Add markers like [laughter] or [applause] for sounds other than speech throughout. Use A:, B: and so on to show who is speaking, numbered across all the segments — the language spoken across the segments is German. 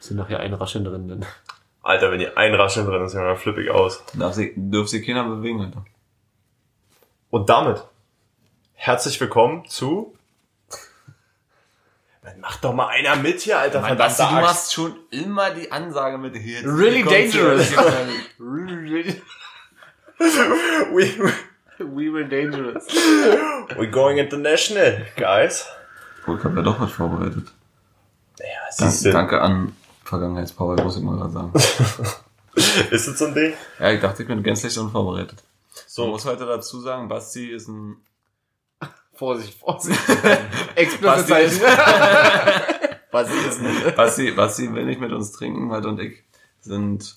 A: Sind nachher ein Rascheln drin. Dann.
B: Alter, wenn ihr einrascheln drin ist, dann flippig aus.
C: Darf sie, dürft sie Kinder bewegen, Alter.
B: Und damit herzlich willkommen zu. Dann Macht doch mal einer mit hier, Alter.
C: Mein
B: verdammte
C: Basti, du
B: Axt.
C: machst schon immer die Ansage mit hier.
A: Really
C: [laughs]
A: dangerous.
C: really
B: We,
A: We were dangerous.
B: we're going international, guys.
C: Oh, ich hab ja doch was vorbereitet.
B: Ja,
C: Dank,
B: siehst du.
C: danke an Vergangenheitspower, muss ich mal gerade sagen.
B: Ist das so ein Ding?
C: ja, ich dachte, ich bin gänzlich unvorbereitet. So,
B: So,
C: muss heute dazu sagen, Basti ist ein...
A: Vorsicht, Vorsicht.
C: Basti
A: Explosive
C: ist, Basti ist ein... Basti, Basti will nicht mit uns trinken, halt und ich sind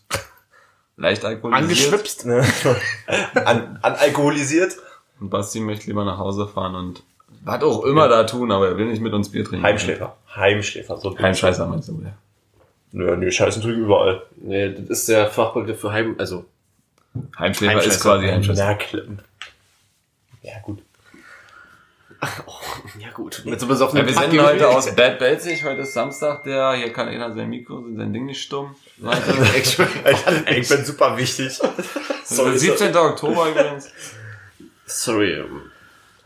C: leicht alkoholisiert.
A: Angeschwipst.
B: ne? [laughs] An, analkoholisiert.
C: Und Basti möchte lieber nach Hause fahren und was auch immer da tun, aber er will nicht mit uns Bier trinken.
B: Heimschläfer. Heimschläfer, so bin ich.
C: Heimscheißer meinst du, ja.
B: Nö, nö, scheißen drüben überall.
A: Nee, das ist der Fachbegriff für Heim, also
C: Heimschläfer
A: Heimscheißer.
C: ist quasi Heimscheißer.
B: Na, Klippen. Ja, gut.
A: Ja gut, mit so besoffenen
C: Ja, wir senden heute aus Bad Belzig. Heute ist Samstag, der hier kann einer sein Mikro und sein Ding nicht stumm. Leute,
B: Alter, [laughs] ich bin super wichtig.
C: Sorry,
B: Sorry,
C: 17. Oktober übrigens.
A: Sorry. ähm,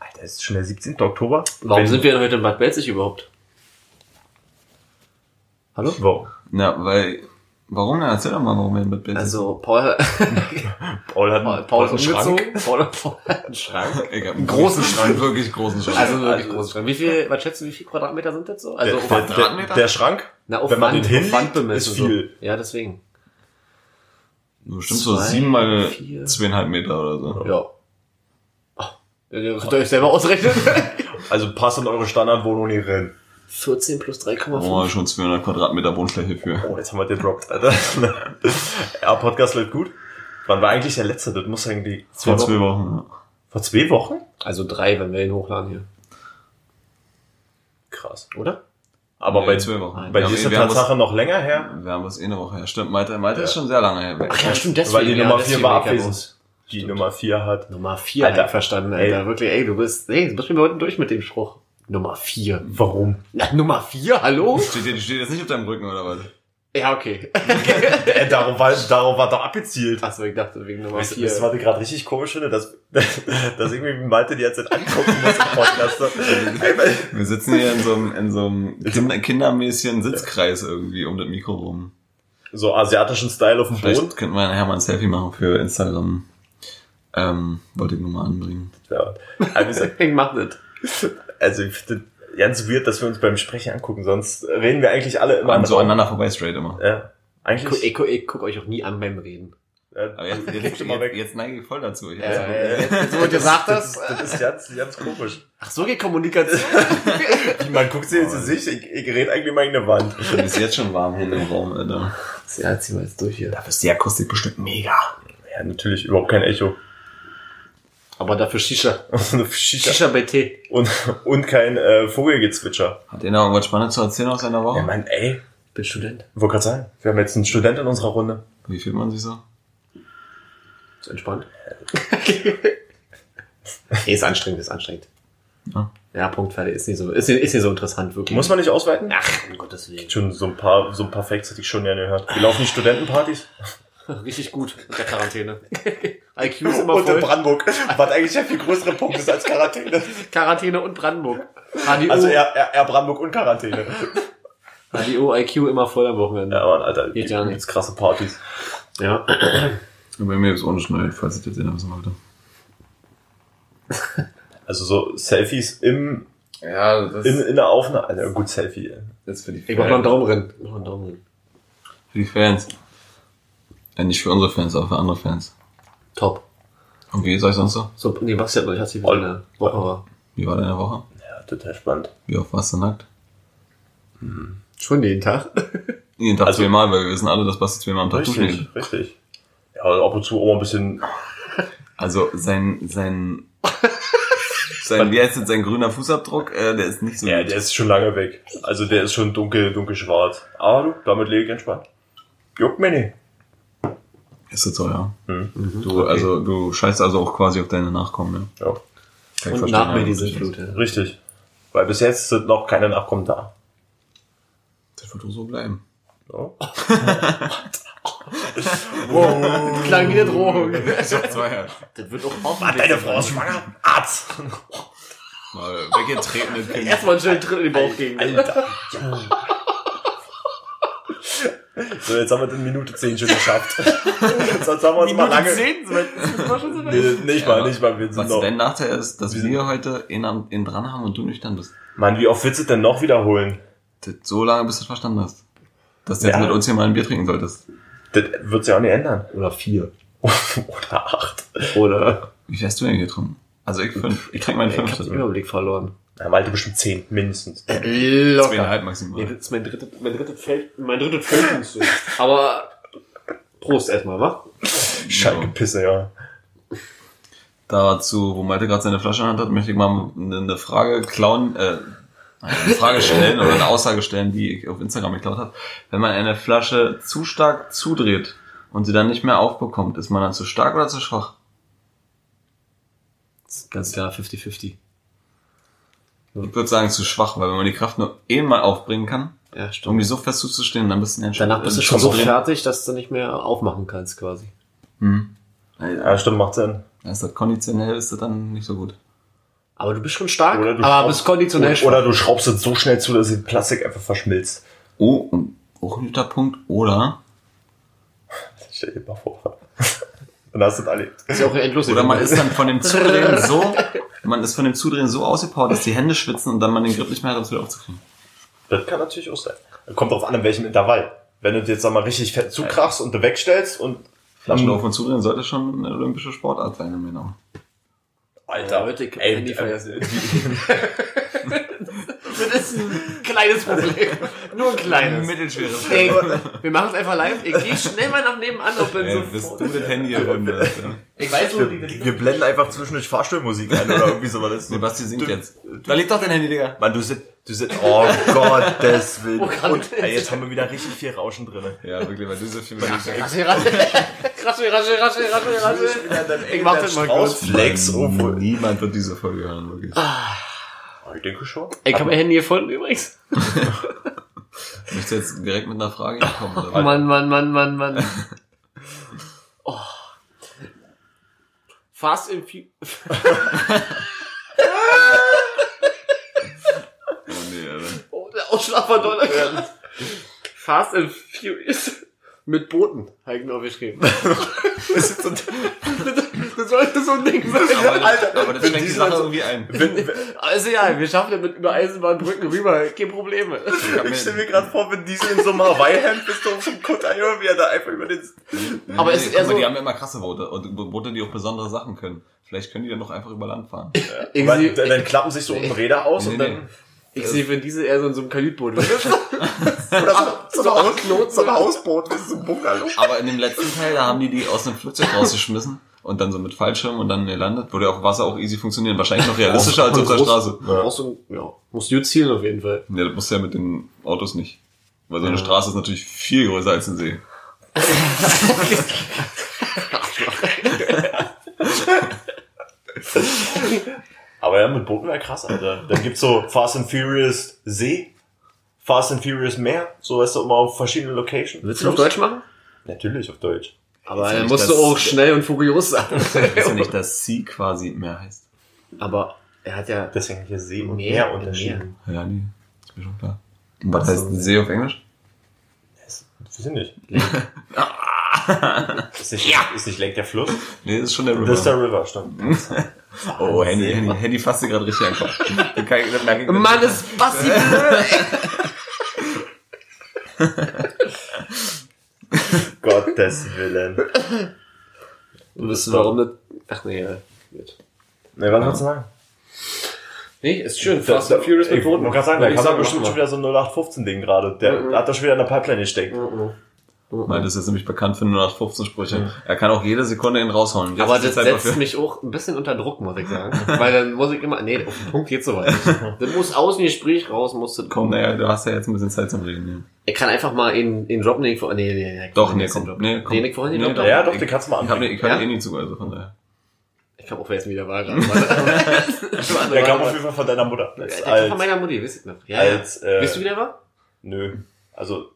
B: Alter, ist schon der 17. Oktober?
A: Warum sind wir denn heute in Bad Belzig überhaupt? Hallo?
B: Wow.
C: Na, weil, warum denn? Erzähl doch mal, warum wir in Bad Belzig
A: Also Paul, [laughs] Paul,
B: Paul hat einen,
A: Paul
B: Paul
A: ist
B: hat einen Schrank.
A: umgezogen. Paul, Also, Paul hat einen Schrank.
C: sind. Ich hab einen
A: großen Schrank.
C: Wirklich großen Schrank.
A: Also wirklich
C: Also,
A: groß. Wie viel, was schätzt du, wie viel Quadratmeter sind das so? Also
B: der,
A: auf,
B: der, der,
C: Quadratmeter?
B: der Schrank,
A: na, auf
B: wenn man
A: Wand,
B: den hinlegt,
A: auf Wand bemessen.
B: ist viel.
A: So. Ja, deswegen.
C: Bestimmt so
A: Zwei,
C: sieben mal
A: vier.
C: zweieinhalb Meter oder so.
A: Ja. Oh, ihr könnt euch selber [laughs] ausrechnen.
B: also passt in eure Standardwohnung hier rein.
A: 14 plus
C: Brauchen
A: 3,5.
C: wir schon 200 Quadratmeter Wohnfläche für.
B: Oh, jetzt haben wir gedroppt, Alter. [laughs] ja, Podcast läuft gut. Wann war eigentlich der letzte? Das muss irgendwie
C: Vor zwei Wochen. ja.
B: Vor zwei Wochen?
A: Also drei, wenn wir ihn hochladen hier.
B: Krass.
A: Oder?
B: Aber
C: Nee,
B: bei,
C: zwei Wochen.
B: bei dir
C: Wir haben- eh,
B: ist die
C: wir haben
B: Tatsache noch länger her.
C: was- Wir haben was eh eine Woche her. Stimmt, Malte, Malte ist schon sehr lange her. weg.
A: stimmt,
B: Weil die Nummer vier
A: deswegen
B: war
A: ich ja
B: abwesend.
A: raus.
B: Die
A: Stimmt.
B: Nummer vier hat.
A: Nummer vier,
B: Alter.
A: Alter, verstanden,
B: Ey.
A: Alter. Wirklich, ey, du bist, ey, du bist mir heute durch mit dem Spruch. Nummer vier.
B: Warum?
A: Na, Nummer vier, hallo?
C: Steht, dir- steht jetzt nicht auf deinem Rücken oder was?
A: Ja, [laughs] okay.
B: Äh, darauf, war, darauf war doch abgezielt.
A: Achso, ich dachte wegen Nummer
B: Weißt du,
A: vier.
B: das war gerade richtig komisch, finde, dass, [laughs] dass irgendwie Malte die ganze Zeit angucken muss im Podcast. [laughs] So.
C: Wir sitzen hier in so einem, in so einem Kinder kindermäßigen Sitzkreis irgendwie um das Mikro rum.
B: so asiatischen Style auf dem Boden.
C: Vielleicht könnten wir nachher mal ein Selfie machen für Instagram. Ähm, wollte ich nur mal anbringen.
B: Ja. Also,
A: Deswegen macht das.
B: also ich finde das ganz weird, dass wir uns beim Sprechen angucken, sonst reden wir eigentlich alle immer
C: Waren so
B: aneinander.
C: aneinander vorbei straight immer.
B: Ja.
A: Ich, gu-
B: Eigentlich.
A: ich, gu- ich guck euch auch nie an beim Reden.
C: Aber
B: Äh, [laughs]
C: jetzt, jetzt,
B: guck
C: jetzt,
B: schon mal
C: jetzt,
B: weg.
C: jetzt neige ich voll dazu. Ich weiß
A: Ja,
C: nicht.
A: ja, jetzt, wo du gesagt
B: Das,
A: hast.
B: das ist ganz, ganz komisch.
A: Ach so, geht Kommunikation.
B: Man guckt sich ins
C: Mann.
B: Gesicht, ich, ich rede eigentlich mal in eine Wand.
C: Mir ist jetzt schon warm hier im Raum, Alter.
A: [laughs] ja, zieh mal jetzt durch hier.
C: Aber ist die Akustik bestimmt mega.
B: Ja, natürlich überhaupt kein Echo. [laughs]
A: Aber dafür Shisha.
B: Shisha.
A: Shisha bei Tee.
B: Und, und kein äh, Vogelgezwitscher.
C: Hat ihr noch irgendwas Spannendes zu erzählen aus seiner Woche?
B: Ja, Mann, ey.
A: Bin Student.
B: Wollte gerade sagen, wir haben jetzt einen Student in unserer Runde.
C: Wie fühlt man sich so?
A: Ist entspannt. [laughs] nee, ist anstrengend, ist anstrengend.
C: Ja.
A: Ja, Punkt, fertig. Ist nicht so, ist, nicht- ist nicht so interessant, wirklich.
B: Muss man nicht ausweiten?
A: Ach, um Gottes Willen.
B: Schon so ein paar, so ein paar Facts hätte ich schon gerne gehört. Wir laufen die Studentenpartys.
A: Richtig gut mit der [laughs] Quarantäne. IQ ist immer
B: und in
A: voll.
B: Brandenburg, was eigentlich der viel größere Punkt ist als Quarantäne.
A: Quarantäne und Brandenburg. HDO,
B: Also eher, eher, eher Brandenburg und Quarantäne.
A: HDO, IQ immer voll am Wochenende.
B: Ja, Mann, Alter,
A: Geht ja nicht.
B: gibt's krasse Partys.
A: Ja.
C: Und Bei mir ist es ohne Schnell, falls ich das sehen wissen wollte.
B: Also so Selfies im,
C: Ja, das
B: in, in der Aufnahme. Alter, gut, Selfie. ey.
C: ist für die
A: Ich mach mal einen Daumenrennen. Ich mach mal einen Daumenrennen.
C: Für die Fans. Ja, nicht für unsere Fans, aber für andere Fans.
A: Top.
C: Und wie ist euch sonst so?
A: So, nee, Bastian, ich hatte sie
B: Voll.
A: wieder Woche war.
C: Wie war deine Woche?
B: Ja, total spannend.
C: Wie oft warst du nackt?
A: Schon jeden Tag.
C: Jeden Tag
B: Also-
C: zweimal, weil wir wissen alle, dass Basti zweimal am Tag duschen geht.
B: Richtig, richtig. Ja, ab und zu auch mal ein bisschen.
C: Also sein,
A: [laughs]
C: sein, sein, wie heißt das, sein grüner Fußabdruck, äh, der ist nicht so
B: Ja,
C: gut.
B: der ist schon lange weg. Also der ist schon dunkel, dunkelschwarz. Aber du, damit lebe ich entspannt. Juckt mir nicht.
C: Ist das so, ja.
B: Hm.
C: Du,
A: Mhm. Okay.
C: also, du scheißt also auch quasi auf deine Nachkommen, ne?
B: Ja,
C: Kann ich
A: Und
C: verstehen,
A: nach mir
C: ja,
A: diese
C: natürlich.
A: Flut. ja.
B: richtig. Weil bis jetzt sind noch keine Nachkommen da.
A: [laughs]
C: Das wird doch so bleiben.
B: So.
A: Wow. Klang wie eine Drohung.
C: Ich hab zwei. halt.
A: Das wird doch
B: War
A: hoffentlich.
B: deine Frau ist schwanger? Arzt!
C: Mal
A: [laughs]
C: weggetretene Kinder.
A: Erstmal einen schönen Tritt in den Bauch gegen.
B: [laughs] Alter. So, jetzt haben wir es in Minute 10 schon geschafft. [laughs] Sonst haben wir uns mal lange. Nee, nicht mal, nicht mal. Wir sind
C: Was
B: noch.
C: dein Nachteil ist, dass
B: Wir
C: wir,
B: sind-
C: heute ihn, am- ihn dran haben und du nüchtern bist.
B: Mann, wie oft willst du es denn noch wiederholen?
C: Das so lange, bis du es verstanden hast. Dass du jetzt
B: Ja.
C: mit uns hier mal ein Bier trinken solltest.
B: Das wird sich auch nicht ändern. [laughs]
A: Oder vier.
B: Oder acht.
A: Oder.
C: Wie viel hast du denn getrunken? Also ich fünf. Ich trinke meinen
A: Ich hab den
C: fünften.
A: Überblick verloren.
B: Na, Malte bestimmt zehn, mindestens.
A: Äh, Locker.
C: Zweieinhalb
A: Nee,
C: maximal.
A: das ist mein drittes, mein drittes Feld, mein drittes Feld. [laughs] ist so. Aber Prost erstmal, wa?
B: Schalke Pisse, ja.
C: Dazu, wo Malte gerade seine Flasche in der Hand hat, möchte ich mal eine eine Frage klauen, äh, eine Frage stellen oder eine Aussage stellen, die ich auf Instagram geklaut habe. Wenn man eine Flasche zu stark zudreht und sie dann nicht mehr aufbekommt, ist man dann zu stark oder zu schwach?
A: Das ist Ganz klar, 50-50.
C: Ich würde sagen zu schwach, weil wenn man die Kraft nur einmal aufbringen kann,
A: Ja,
C: um
A: stimmt.
C: die so fest zuzustehen, dann bist du ja
A: Danach bist du schon
C: äh,
A: so
C: drin.
A: fertig, dass du nicht mehr aufmachen kannst, quasi.
C: Hm.
B: Ja, stimmt, macht Sinn.
C: Ist das konditionell ist das dann nicht so gut.
A: Aber du bist schon stark,
B: Oder du
A: aber
B: schraubst-
A: bist konditionell
B: Oder, oder du schraubst es so schnell zu, dass die Plastik einfach verschmilzt.
C: Oh, und auch ein guter Punkt. Oder,
B: Stell dir mal vor. [laughs] Dann hast du es erlebt.
A: Ist ja auch endlos. [laughs]
C: oder man ist dann von dem
B: [laughs]
C: Zudrehen so, man ist von dem Zudrehen so ausgepowert, dass die Hände schwitzen und dann man den Grip nicht mehr hat, um es wieder aufzukriegen.
B: Das kann natürlich auch sein. Kommt drauf an, in welchem Intervall. Wenn du jetzt sag mal richtig fett zukrachst und du wegstellst und.
C: Flaschen
B: Mhm.
C: auf und zudrehen sollte schon eine olympische Sportart sein, genau.
B: Alter,
A: Leute, ich hab
B: ey,
A: Handy
B: äh,
A: vergessen.
B: wie-
A: Das ist ein kleines Problem. Nur ein kleines.
C: mittelschweres
A: Ey, wir machen es einfach live. Ich gehe schnell mal nach nebenan, ob wir
C: Ey, bist
A: so.
C: du das Handy erwindet. Ja.
A: Ich weiß, wo [laughs] die
B: wir, wir blenden einfach zwischendurch Fahrstuhlmusik ein oder irgendwie sowas. Das ist so-
C: [laughs] Sebastian singt jetzt. Da liegt doch dein Handy, Digga.
B: Mann, du sitzt, du sitzt, oh
C: [laughs]
B: Gott, das will.
A: Oh Gott.
B: Und ey, jetzt haben wir wieder richtig viel Rauschen drin.
C: Ja, wirklich, weil du so viel mit dem
A: Raschel, raschel, raschel, raschel, raschel, raschel, raschel. Also, Ich mach das mal kurz.
B: Flex, oh, Ah. obwohl.
C: Niemand wird diese Folge hören, wirklich.
B: Oh, Ich denke schon.
A: Ey, Ich hab mein Handy gefunden übrigens.
C: Möchtest du jetzt direkt mit
B: [laughs]
C: einer Frage kommen? Oder? was?
A: Mann, Mann, Mann, Mann, Mann. [laughs] Oh. Fast and Fu- [laughs]
C: Oh, nee, Alter.
A: Oh, der Ausschlag war doll. Fast and Furious. Mit Booten, habe ich mir [laughs] aufgeschrieben. Das sollte so ein Ding sein.
C: aber, das, aber das
B: wenn
C: schränkt
B: die
C: die Sache
B: so-
C: irgendwie ein.
B: Wenn, wenn,
A: Also ja, wir schaffen das mit über Eisenbahnbrücken rüber, kein Probleme.
B: ich stelle mir gerade vor, wenn Diesel in so einem Hawaii-Hemd bist, du vom Kutter, wie er da einfach über den...
A: Aber es ist eher
C: guck mal,
A: so-
C: Die haben ja immer krasse Boote und Boote, die auch besondere Sachen können. Vielleicht können die dann noch einfach über Land fahren.
B: Weil,
A: Ich
B: dann,
A: sehe,
B: dann klappen sich so um Räder aus
C: Nee,
B: und
C: nee.
B: dann...
A: ich sehe wenn diese eher so in so einem
C: [laughs]
A: Kajütboot.
B: [laughs] Oder so, so, ein
A: acht Knoten.
B: Haus, so ein Hausboot, das ist so ein Bungalow.
C: [laughs] Aber in dem letzten Teil, da haben die die aus dem Flugzeug rausgeschmissen und dann so mit Fallschirm und dann gelandet. Würde ja auf Wasser auch easy funktionieren. Wahrscheinlich noch realistischer als halt auf der Straße.
A: Ja. Brauchst du, ja, musst gut zielen auf jeden Fall.
C: Ja, das musst du ja mit den Autos nicht. Weil so eine Straße ist natürlich viel größer als ein See.
B: Aber ja, mit Booten wäre krass, Alter. Dann gibt's so Fast and Furious See, Fast and Furious Meer, so weißt du, immer auf verschiedenen Locations.
A: Willst du auf Deutsch machen?
B: Natürlich auf Deutsch.
A: Aber
C: Ist ja
A: dann
C: nicht
A: musst du
C: das-
A: auch schnell und furios sein.
C: Ist ja nicht, dass Sea quasi mehr heißt.
A: [laughs] Aber er hat ja
B: Deswegen hier See und
A: Meer,
B: Meer unterschieden.
C: Ja, nee. Ist mir schon klar. Und was
A: Ach
C: heißt
A: so.
C: See auf Englisch?
B: Weiß ich
A: [laughs]
B: nicht. ist nicht, ist nicht Lake der Fluss?
C: Nee, das ist schon der River.
B: Das ist der River, stimmt.
C: oh, Handy, Handy, Handy fasste gerade richtig an den Kopf. [laughs] Da kann ich- da merke ich-
A: Mann, ist Basti
B: Gottes Willen.
A: Du wissen, warum das... Ach nee, ja. gut.
B: Ne, was wolltest du sagen?
A: Nee, ist schön.
B: Da-
A: Fast and
B: da-
A: Furious
B: ich
A: mit Booten.
B: wollte gerade sagen, da
A: Würde ich
B: kann man
A: machen
B: bestimmt
A: wir.
B: schon wieder so ein 0815-Ding gerade. Der
A: Mhm.
B: hat das schon wieder in der Pipeline gesteckt.
C: Weil das ist nämlich bekannt für nur nach 15 Sprüche. Er kann auch jede Sekunde ihn raushauen. Jetzt
A: Aber
C: ist die
A: das
C: Zeit
A: setzt
C: dafür.
A: mich auch ein bisschen unter Druck, muss ich
C: [laughs]
A: sagen. Weil dann muss ich immer, nee, auf den Punkt geht's soweit. Das muss aus dem Gespräch raus, muss das kommen.
C: Komm, naja, du hast ja jetzt ein bisschen Zeit zum Reden. Ja.
A: Ich kann einfach mal in, in Job nehmen, vor, nee, nee, nee.
C: Doch, nee,
A: jetzt den
C: komm.
A: Job.
C: Nee, komm.
A: Den ich vorhin
C: Nee,
A: den Job
C: doch.
A: nee,
B: Ja, doch, den kannst du mal
C: Ich, hab,
B: anfangen.
C: ich kann
A: Ja?
C: eh nie zu, also von daher.
A: Ich kann auch vergessen, wie der war
C: [laughs]
A: gerade. [laughs] Warte,
B: Der kam
A: warte.
B: auf jeden Fall von deiner Mutter.
A: Der kam von
B: Als,
C: äh,
A: meiner Mutti, wisst ihr noch. Ja,
B: als,
A: ja.
B: äh,
A: Weißt du, wie der war?
B: Nö. Also,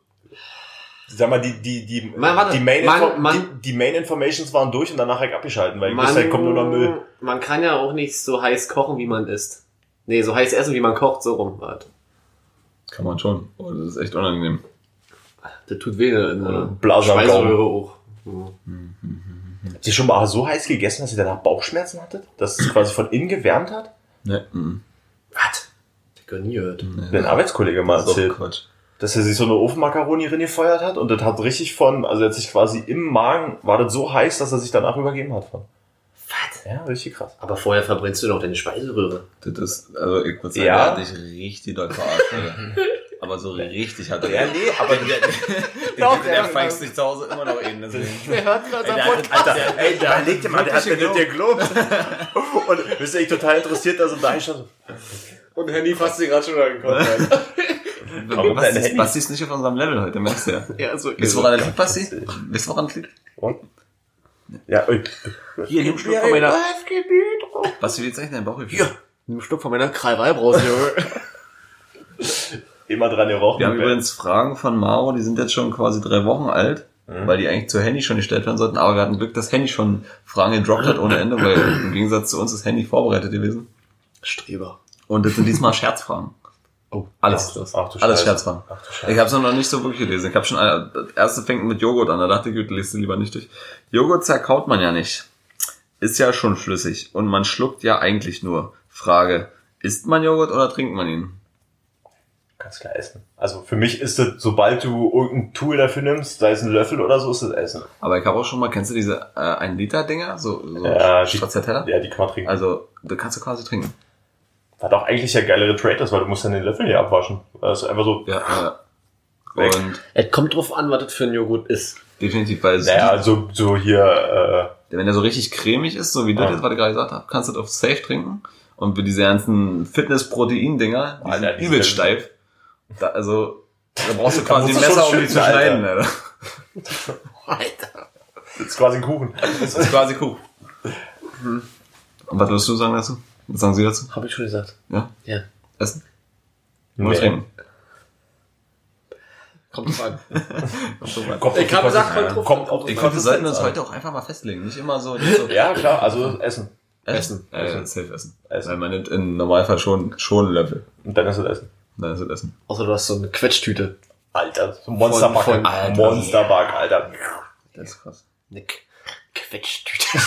B: sag mal, die, die, die,
A: Man, warte.
B: die, Main
A: Man-
B: Info-
A: man-
B: die, die Main Informations waren durch und danach halt abgeschalten, weil man, halt kommt nur noch Müll.
A: man kann ja auch nicht so heiß kochen, wie man isst. Nee, so heiß essen, wie man kocht, so rum. Warte.
C: Kann man schon. Oh, das ist echt unangenehm.
A: Das tut weh in der
B: Blase am Gaumen.
A: Speiseröhre auch. Mhm.
B: Habt ihr schon mal so heiß gegessen, dass ihr danach Bauchschmerzen hattet? Dass es quasi von innen gewärmt hat?
C: Ne, mhm.
A: Was? Ich hab gar nie gehört.
C: nee.
B: Mir ein Arbeitskollege mal
C: Das ist
B: erzählt.
C: doch Quatsch.
B: dass er sich so eine Ofenmakaroni reingefeuert hat und das hat richtig von, also er hat sich quasi im Magen, war das so heiß, dass er sich danach übergeben hat von.
A: Was?
B: Ja, richtig krass.
A: Aber vorher verbrennst du noch deine Speiseröhre.
C: Das ist, also ich würde sagen,
B: Ja.
C: der hat dich richtig doll
A: [laughs]
C: verarscht. Alter. Aber so richtig hat er.
B: Ja, nee, aber-
C: der,
B: Doch,
C: der,
B: ja,
C: der feigst sich zu Hause immer noch eben. Deswegen.
A: Wer hört gerade
B: Alter, ey, da legt dir mal, der hat
C: Wirklich
B: mit dir gelobt. Und bist echt total interessiert, also da ich schon so.
A: Und Handy fasst dir gerade schon angekommen.
B: Warum
C: Basti,
B: dein Handy?
C: ist, Basti ist nicht auf unserem Level heute,
A: [laughs]
C: merkst du ja.
A: [laughs] ja, ist okay.
C: Wisst ihr, woran er liegt, Basti? Wisst ihr, woran es liegt?
B: Und? Ja, ui.
A: Hier, nimm Schluck von meiner...
B: meiner.
C: Basti, wie jetzt eigentlich dein Bauchgefühl?
A: Hier, nimm Schluck von meiner Krawall raus, Junge.
B: Immer dran geraucht.
C: Wir haben übrigens Fragen von Maro, die sind jetzt schon quasi drei Wochen alt,
B: Mhm.
C: weil die eigentlich zu Handy schon gestellt werden sollten, aber wir hatten Glück, dass Handy schon Fragen gedroppt hat ohne Ende, weil im Gegensatz zu uns ist Handy vorbereitet gewesen.
A: [laughs] Streber.
C: Und das sind diesmal Scherzfragen.
A: Oh,
C: Alles.
A: los.
B: Ach, du
C: Alles
B: Scheiße.
C: Scherzfragen.
B: Ach du
C: Ich
B: Scheiße.
C: habe es noch nicht so wirklich gelesen. Ich habe schon, äh, das erste fängt mit Joghurt an. Da dachte ich, gut, lest du lieber nicht durch. Joghurt zerkaut man ja nicht. Ist ja schon flüssig. Und man schluckt ja eigentlich nur. Frage, isst man Joghurt oder trinkt man ihn?
B: Ganz klar essen. Also für mich ist das, sobald du irgendein Tool dafür nimmst, sei es ein Löffel oder so, ist das Essen.
C: Aber ich habe auch schon mal, kennst du diese äh, 1-Liter-Dinger? So, so
B: Ja, die-
C: Stracciatella?
B: Ja, die kann man trinken.
C: Also, da kannst du quasi trinken.
B: War doch eigentlich der geilere Trade ist, weil du musst dann den Löffel hier abwaschen. Also einfach so,
C: Ja, äh,
B: Weg.
C: und
A: Es kommt drauf an, was das für ein Joghurt ist.
C: definitiv, weil es,
B: naja, so, so hier,
C: wenn der so richtig cremig ist, so wie das
B: Ja.
C: jetzt, was ich gerade gesagt habe, kannst du das auf safe trinken. Und für diese ganzen Fitness-Protein-Dinger, die
B: Alter,
C: sind
B: die
C: übel
B: sind-
C: steif. Da, also, da brauchst du quasi ein
B: musst du
C: Messer,
B: schon
C: um die zu
B: schützen, Alter.
C: schneiden, Alter.
A: Alter.
B: äh, ist quasi
A: [laughs]
B: ein Kuchen.
C: Das ist quasi Kuchen. Und was würdest du sagen dazu? Was sagen sie dazu?
A: Hab ich schon gesagt.
C: Ja?
A: Ja.
C: Essen? Nur
B: Nee.
C: trinken.
A: Kommt drauf an.
B: Kommt
A: Ich
B: auf die
A: hab gesagt, halt
B: Konsistenz
A: kommt
B: an.
A: drauf-
B: auf die
C: Ich glaube, wir sollten
B: Konsistenz
C: uns
A: halt-
B: an.
C: heute auch einfach mal festlegen. Nicht immer so, nicht so
B: Ja, klar, also Essen.
C: Essen.
B: Essen.
C: Ja, ja,
B: Essen.
C: safe essen.
B: Essen.
C: Weil man nimmt im Normalfall schon, schon einen Löffel.
B: Und dann ist es Essen.
C: Dann ist es Essen.
A: Außer du hast so eine Quetschtüte.
B: Alter, so Monsterbacke.
A: Von- von- Alter.
B: Monsterbacke, Alter.
C: Das ist krass.
A: Eine Qu- Quetschtüte.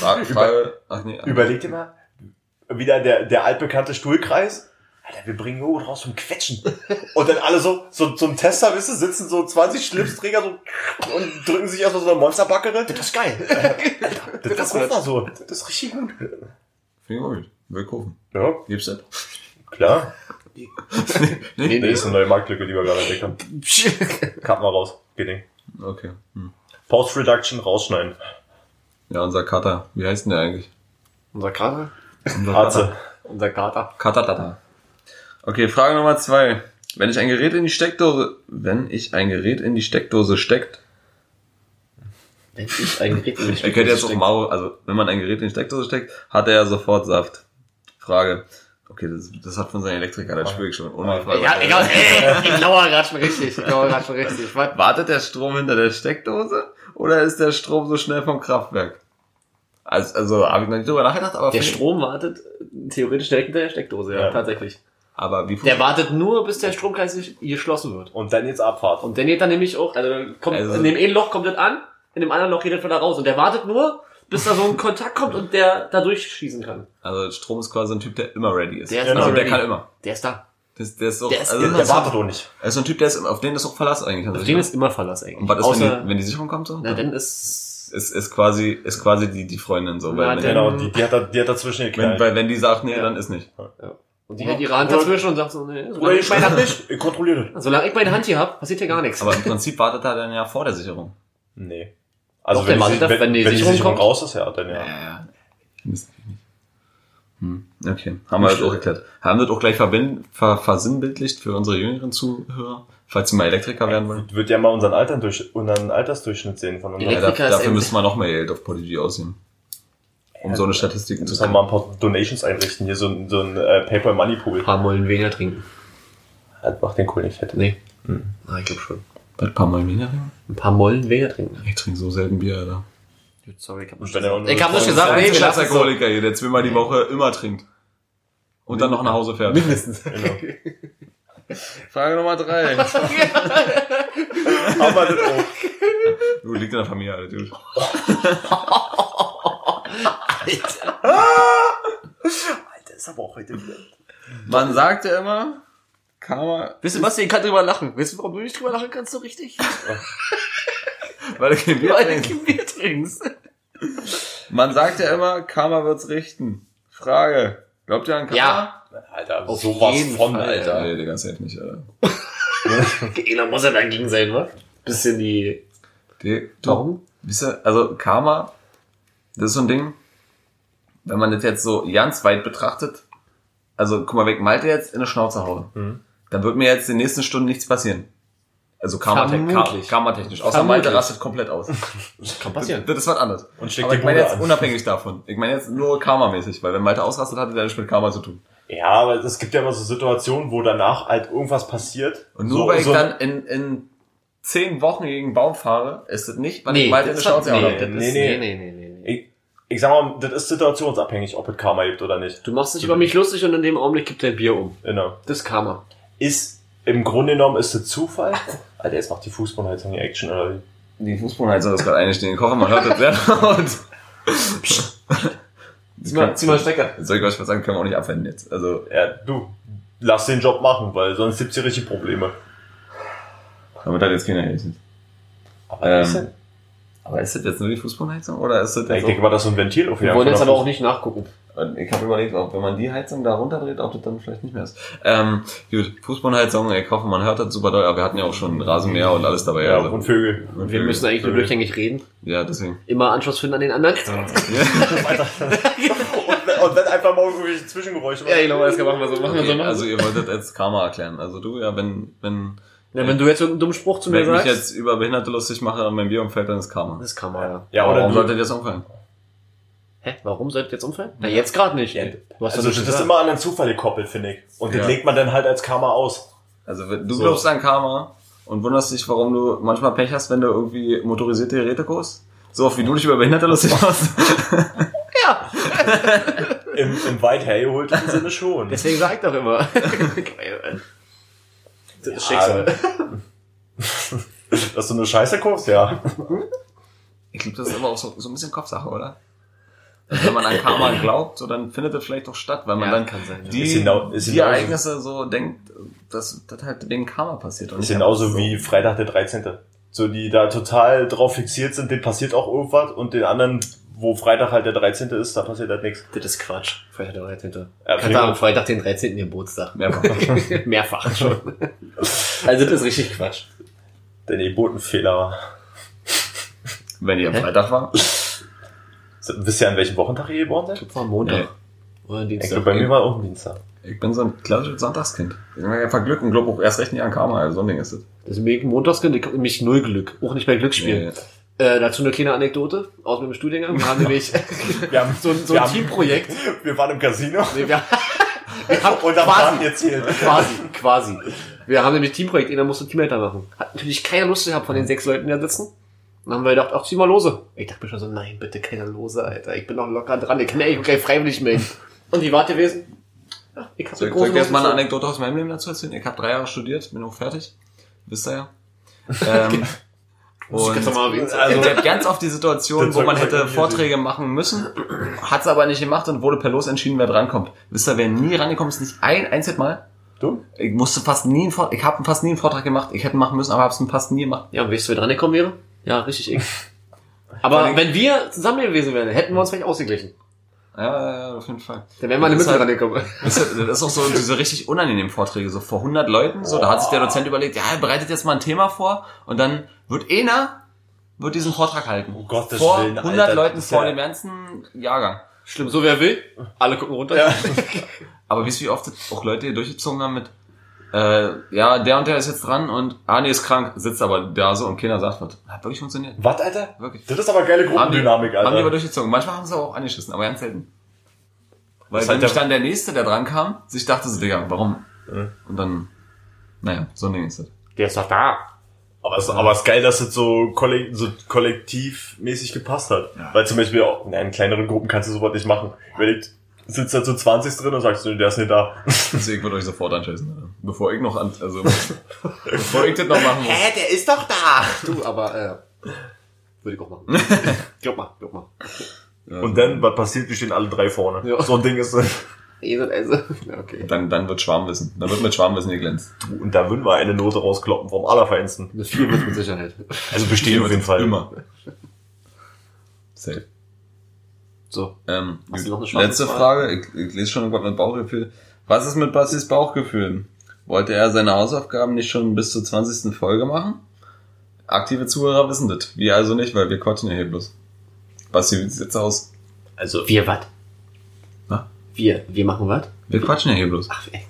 C: Frage, Frage, ach nee, ah,
B: Überleg dir mal, wieder der, der altbekannte Stuhlkreis. Alter, wir bringen Joghurt raus zum Quetschen. Und dann alle so, so zum Tester, wisst ihr, sitzen so 20 Schlipsträger so und drücken sich erstmal so eine Monsterbacke rein. Das ist geil. Alter, [laughs] das, das macht man so. Das ist richtig gut.
C: finde ich gut. Will kaufen.
B: Ja,
C: Gibt's das?
B: klar.
C: Nee?
A: [laughs]
B: Nee, ist eine neue Marktlücke, die wir gerade entdeckt haben. Cut mal raus. Geht nicht.
C: Okay. Hm.
B: Post Reduction rausschneiden.
C: Ja, unser Kater. Wie heißt denn der eigentlich?
A: Unser Kater?
C: Unser
B: Arze.
A: Unser Kater.
C: Katatata. Okay, Frage Nummer zwei. Wenn ich ein Gerät in die Steckdose, wenn ich ein Gerät in die Steckdose steckt,
A: Wenn ich eigentlich richtig
C: er kennt jetzt auch Mauro, also wenn man ein Gerät in die Steckdose steckt, hat er ja sofort Saft. Frage. Okay, das, das hat von seinem Elektriker, das spüre ich schon. Ohne Frage.
A: Ja, egal. Ey, ich lauere gerade schon richtig. Ich lauere gerade schon richtig. Was?
C: Wartet der Strom hinter der Steckdose oder ist der Strom so schnell vom Kraftwerk? Also, also habe ich noch nicht drüber nachgedacht, aber,
A: Der
C: find-
A: Strom wartet äh, theoretisch direkt hinter der Steckdose, ja,
B: Ja.
A: tatsächlich.
C: aber wie
A: Der
C: funktioniert
A: wartet nur, bis der Stromkreis sich- geschlossen wird.
B: Und dann jetzt Abfahrt.
A: Und dann geht dann nämlich auch, also, dann kommt,
C: Also-
A: in dem einen Loch kommt das an, in dem anderen Loch geht das wieder raus. Und der wartet nur, bis da so ein Kontakt kommt und der da durchschießen kann.
C: Also Strom ist quasi ein Typ, der immer ready ist.
A: Der ist
C: also
A: immer
C: der
A: ready.
C: kann immer.
A: Der ist da.
C: Der ist, der ist, auch,
A: Der ist-
C: also,
B: Der,
C: das
B: der
C: ist-
B: wartet doch nicht.
C: Er ist so ein Typ, der ist, auf den ist auch Verlass eigentlich. Also,
A: Auf den Also ist immer Verlass eigentlich.
C: und was ist,
A: Außer,
C: wenn, die, wenn die Sicherung kommt so?
A: na, dann ist,
C: ist, ist quasi, ist quasi die, die Freundin so.
A: Na,
C: Weil,
A: der-
C: wenn,
B: Genau, die, die, hat, da, die hat dazwischen
C: wenn,
B: geknallt.
C: weil wenn die sagt, nee,
A: Ja.
C: dann ist nicht.
A: und die hält ihre Hand
B: Oder-
A: dazwischen und sagt so, nee,
B: Oder
A: solange
B: ich
A: ich meine
B: meine
A: Hand,
B: nicht. Ich kontrolliere das.
A: solange ich meine Hand hier hab, passiert hier gar nichts.
C: Aber im Prinzip wartet er dann ja vor der Sicherung.
B: Nee. Also
A: Doch, der
B: wenn, die,
A: wartet
B: sich-
A: ab,
B: wenn, wenn die Sicherung,
A: kommt.
B: raus ist, ja, dann ja.
C: ja. Mist. Hm, Okay, haben wir das auch erklärt. Haben wir das auch gleich verbind, ver, versinnbildlicht für unsere jüngeren Zuhörer, falls sie mal Elektriker werden wollen.
B: Wird ja mal unseren, Altern durch, unseren Altersdurchschnitt sehen von
A: Ja,
C: Ja,
B: unseren
A: Elektro-
C: da,
A: Elektriker ist
C: dafür
A: ein-
C: müssen wir noch mehr Geld auf Podigy aussehen. Um so eine Statistiken zu
B: Müssen wir
C: kriegen.
B: mal ein paar Donations einrichten. Hier so ein, so ein äh, Paper Money Pool.
A: paar Mollen weniger trinken.
B: Das macht den Kohl nicht fett.
A: Hm. Nee. Ah, ich glaube schon.
C: Was, ein paar Mal weniger trinken?
A: Ein paar Mollen weniger trinken.
C: Ich trinke so selten Bier, Alter.
A: Dude, Sorry, ich hab
B: dann ja auch
A: nicht
B: nur
A: Ich hab nicht
B: getrunken.
A: gesagt, nee, wir lassen es so.
C: Alkoholiker hier, der zweimal die Woche immer trinkt. Und dann noch nach Hause fährt.
A: Mindestens.
B: Genau.
D: Frage Nummer drei.
A: [laughs]
B: Aber das oh. auch.
C: Du liegt in der Familie, Alter, Dude.
A: Alter.
B: Alter, ist aber auch heute wieder.
D: Man sagt ja immer, Karma,
A: Wisst ihr was, ich kann drüber lachen. Wisst ihr, warum du nicht drüber lachen kannst, so richtig?
C: Weil er kein Bier
A: Weil
C: trinkt.
A: du kein Bier trinkst.
D: man sagt ja immer, Karma wird's richten. Frage. Glaubt ihr an Karma?
A: Ja.
B: Alter,
A: Auf jeden
B: sowas von,
A: Fall.
B: Alter.
C: Nee, Digga, safe nicht, Alter.
A: Ela muss ja dagegen sein, wa? Bisschen die...
C: Die, du,
A: Warum?
C: Wisst ihr, also Karma, das ist so ein Ding, wenn man das jetzt so ganz weit betrachtet, also guck mal, weg Malte jetzt in der Schnauze hauen,
B: Mhm.
C: dann wird mir jetzt in den nächsten Stunden nichts passieren. Also Karma-technisch.
A: Vermutlich.
C: Karma -technisch. Außer
A: Vermutlich.
C: Malte rastet komplett aus.
A: Kann
C: Das, das ist was anderes.
B: Und schlägt
C: Aber
B: die
C: ich meine
B: Bude
C: jetzt
B: an.
C: unabhängig davon. Ich meine jetzt nur Karma-mäßig, weil wenn Malte ausrastet, hat er ja nichts mit Karma zu tun.
B: Ja, aber es gibt ja immer so Situationen, wo danach halt irgendwas passiert.
C: Und nur
B: so,
C: weil ich
B: so,
C: dann in, in zehn Wochen gegen einen Baum fahre, ist das nicht, weil
A: Nee,
C: ich Malte in
A: das
C: der
A: hat-
C: Schnauze
A: nee,
C: haue.
A: das
B: Nee,
A: ist-
B: nee.
A: nee, nee, nee, nee.
B: Ich, ich sag mal, das ist situationsabhängig, ob es Karma gibt oder nicht.
A: Du machst dich über mich lustig und in dem Augenblick kippt dein Bier um.
B: Genau.
A: Das ist Karma.
B: Ist, im Grunde genommen ist es Zufall. Alter, jetzt macht die Fußballheizung die Action, oder wie?
C: Die Fußbodenheizung ist gerade einstehen. Ich hoffe, man [laughs] hört das sehr laut.
A: Zieh mal, zieh mal einen Stecker.
C: Soll ich euch was sagen, können wir auch nicht abwenden jetzt. Also,
B: Ja, du, lass den Job machen, weil sonst gibt's hier richtig Probleme.
C: damit hat jetzt keiner gerechnet.
B: Aber
C: Ähm,
B: ist
A: also
B: denn-
C: Aber ist das jetzt nur die Fußbodenheizung oder ist das
B: Ja, ich
C: jetzt
B: denke mal, dass so ein Ventil auf
A: Wir
B: jeden
A: wollen
B: Fall
A: jetzt
B: noch
A: aber
B: ist.
A: auch nicht nachgucken.
C: auch, Ich habe überlegt, ob wenn man die Heizung da runterdreht, ob das dann vielleicht nicht mehr ist. Ähm, gut, Fußbodenheizung, ich hoffe, man hört das super doll, aber wir hatten ja auch schon Rasenmäher und alles dabei.
B: Ja,
C: also.
B: und Vögel.
C: Und
A: Wir müssen eigentlich nur
B: Vögel.
A: durchgängig reden.
C: Ja, deswegen.
A: Immer Anschluss finden an den anderen.
B: und, wenn- [laughs] und dann einfach mal irgendwelche Zwischengeräusche machen.
A: genau, das machen wir so. Machen
C: Okay, also ihr wolltet jetzt Karma erklären. Also du, ja, wenn, wenn,
A: Ja, wenn du jetzt irgendeinen dummen Spruch zu
C: wenn
A: mir
C: ich mich
A: sagst,
C: jetzt über Behinderte lustig mache und mein Bier umfällt, dann ist Karma.
A: das ist Karma, ja.
B: Ja, oder
C: Warum
B: du,
C: sollte das umfallen?
A: Hä, warum sollte jetzt umfallen? Na, jetzt gerade nicht.
B: Ja.
A: Du hast
B: also das ist immer an den Zufall gekoppelt, finde ich. Und
C: Ja.
B: den legt man dann halt als Karma aus.
C: Also wenn- du
B: So.
C: glaubst an Karma und wunderst dich, warum du manchmal Pech hast, wenn du irgendwie motorisierte Geräte kaufst. So oft wie du dich über Behinderte lustig machst.
B: Im, im weit hergeholten Sinne schon.
A: Deswegen sag ich doch
B: [laughs]
A: immer. Geil, das ist
B: Schicksal.
A: Schicksal.
B: also, Dass du eine Scheiße kaufst, ja.
C: Ich glaube, das ist aber auch so, so ein bisschen Kopfsache, oder? Also wenn man an Karma glaubt, so, dann findet das vielleicht auch statt, weil man
A: Ja,
C: dann
A: kann sein, ja.
C: die,
B: Ist genau- ist
C: die
B: genau so.
C: Ereignisse so denkt, dass das halt wegen Karma passiert. Und
B: Das ist
C: nicht
B: genauso
C: einfach so.
B: wie Freitag der 13. So, die da total drauf fixiert sind, denen passiert auch irgendwas und den anderen, wo Freitag halt der 13. ist, da passiert halt nichts.
A: Das ist Quatsch. Freitag der 13.
B: Ja,
A: Ich hatte am Freitag den 13. Geburtstag. [laughs]
C: Mehrfach.
B: [laughs]
A: Mehrfach schon. Also das ist richtig Quatsch.
B: Denn die Botenfehler.
C: Wenn die am Freitag war.
B: Wisst ihr, an welchem Wochentag ihr geboren seid?
A: Das war Montag. Oder
B: Ich
A: Dienstag.
B: glaube, bei mir war auch ein Dienstag.
C: Ich bin so ein klassisches Sonntagskind. Ich habe einfach Glück und glaube auch erst recht nicht an Karma. Also so ein Ding ist das.
A: Das ist wegen Montagskind, ich hab nämlich null Glück. Auch nicht bei Glücksspielen.
C: Nee.
A: Äh, dazu eine kleine Anekdote aus meinem Studiengang. Wir haben
B: [laughs]
A: nämlich [laughs]
B: Wir haben
A: so, ein- so
B: wir
A: ein
B: haben-
A: Teamprojekt.
B: Wir waren im Casino
A: Nee, wir, wir haben
B: und haben Karten
A: quasi,
B: gezählt.
A: quasi, quasi. Wir haben nämlich Teamprojekt, jeder musste Teamleiter machen. Hat natürlich keiner Lust gehabt von den sechs Leuten, die da sitzen. Dann haben wir gedacht, ach, zieh mal lose. Ich dachte mir schon so, nein, bitte keine lose, Alter. Ich bin noch locker dran. Ich kann ja gleich freiwillig melden. Und wie war gewesen? Ach, ich hab mit
C: Soll ich, soll ich
A: großen
C: jetzt mal eine
A: Hosen-
C: Anekdote aus meinem Leben dazu erzählen? Ich habe drei Jahre studiert, bin auch fertig.
B: [laughs]
C: Wisst ihr ja. Ähm,
A: Muss ich
C: und
A: ganz normal erwähnen.
B: Also-
C: ich hab ganz oft die Situation,
B: Das
C: wo
B: soll-
C: man
B: soll-
C: hätte Vorträge machen müssen, hat's aber nicht gemacht und wurde per Los entschieden, wer drankommt. Wisst ihr, wer nie rangekommen ist, nicht ein einziges Mal?
B: Du?
C: Ich musste fast nie einen Vortrag, ich habe fast nie einen Vortrag gemacht, ich hätte machen müssen, aber hab's fast nie gemacht.
A: Ja, und weißt du, wer dran gekommen wäre? Ja, richtig
C: [laughs]
A: ich. Aber wenn wir zusammen gewesen wären, hätten wir uns vielleicht ausgeglichen.
C: Ja, ja, ja, auf jeden Fall.
A: Dann wären wir in der
C: Das
A: Mitte
C: ist
A: dran
C: halt-
A: gekommen.
C: [laughs] Das ist, das ist auch so diese richtig unangenehmen Vorträge, so vor 100 Leuten, so, da hat sich der Dozent überlegt, ja, er bereitet jetzt mal ein Thema vor und dann wird einer, wird diesen Vortrag halten.
B: Oh Gottes
C: vor
B: Willen,
C: 100
B: Alter,
C: Leuten
B: das ist
C: vor
B: ja-
C: dem ganzen Jahrgang.
A: Schlimm, so wer will. Alle gucken runter. [laughs]
B: Ja.
C: Aber wisst ihr, wie oft auch Leute hier durchgezogen haben mit, äh, ja, der und der ist jetzt dran und, ah, nee, ist krank, sitzt aber da so und keiner sagt was. Hat wirklich funktioniert.
B: Was, Alter?
C: Wirklich.
B: Das ist aber geile Gruppendynamik,
C: Haben die aber
B: Alter.
C: durchgezogen. Manchmal haben sie aber auch angeschissen, aber ganz selten. Weil
B: Das hat
C: nämlich
B: der-
C: dann der Nächste, der dran kam, sich dachte so, Digga, warum?
B: Mhm.
C: Und dann, naja, so ein Ding ist das.
A: Der ist doch da.
B: Aber es, aber es ist geil, dass es so, kollek so kollektivmäßig gepasst hat. Weil zum Beispiel auch na, in kleineren Gruppen kannst du sowas nicht machen. Überlegt, sitzt da zu 20 drin und sagst, nee, der ist nicht da.
C: Deswegen Also würde euch sofort anschließen, Alter. Bevor ich noch an,
B: [laughs]
C: also, bevor ich das noch machen muss.
A: der ist doch da! Du, aber, äh, würde ich auch [laughs] machen. glaub mal, glaub mal.
B: Und dann, was passiert, wir stehen alle drei vorne.
A: Ja.
B: So ein Ding ist dann.
A: Ihr seid also, ja, okay.
C: Dann, dann wird Schwarmwissen. Dann wird mit Schwarmwissen geglänzt.
B: Und da würden wir eine Note rauskloppen vom Allerfeinsten.
A: Eine 4 wird mit Sicherheit.
B: Also bestehen auf jeden Fall.
C: Immer. Safe.
A: So.
C: Ähm,
A: Hast du noch eine schwarze
C: letzte
A: Frage?
C: Frage. Ich, ich lese schon irgendwas mit Bauchgefühl. Was ist mit Bastis Bauchgefühl? Wollte er seine Hausaufgaben nicht schon bis zur 20. Folge machen? Aktive Zuhörer wissen das. Wir also nicht, weil wir quatschen ja hier bloß. Basti, wie sieht's jetzt aus?
B: Also,
A: Wir was?
C: Na?
A: Wir, wir machen was?
C: Wir quatschen ja hier bloß.
A: Ach, ey.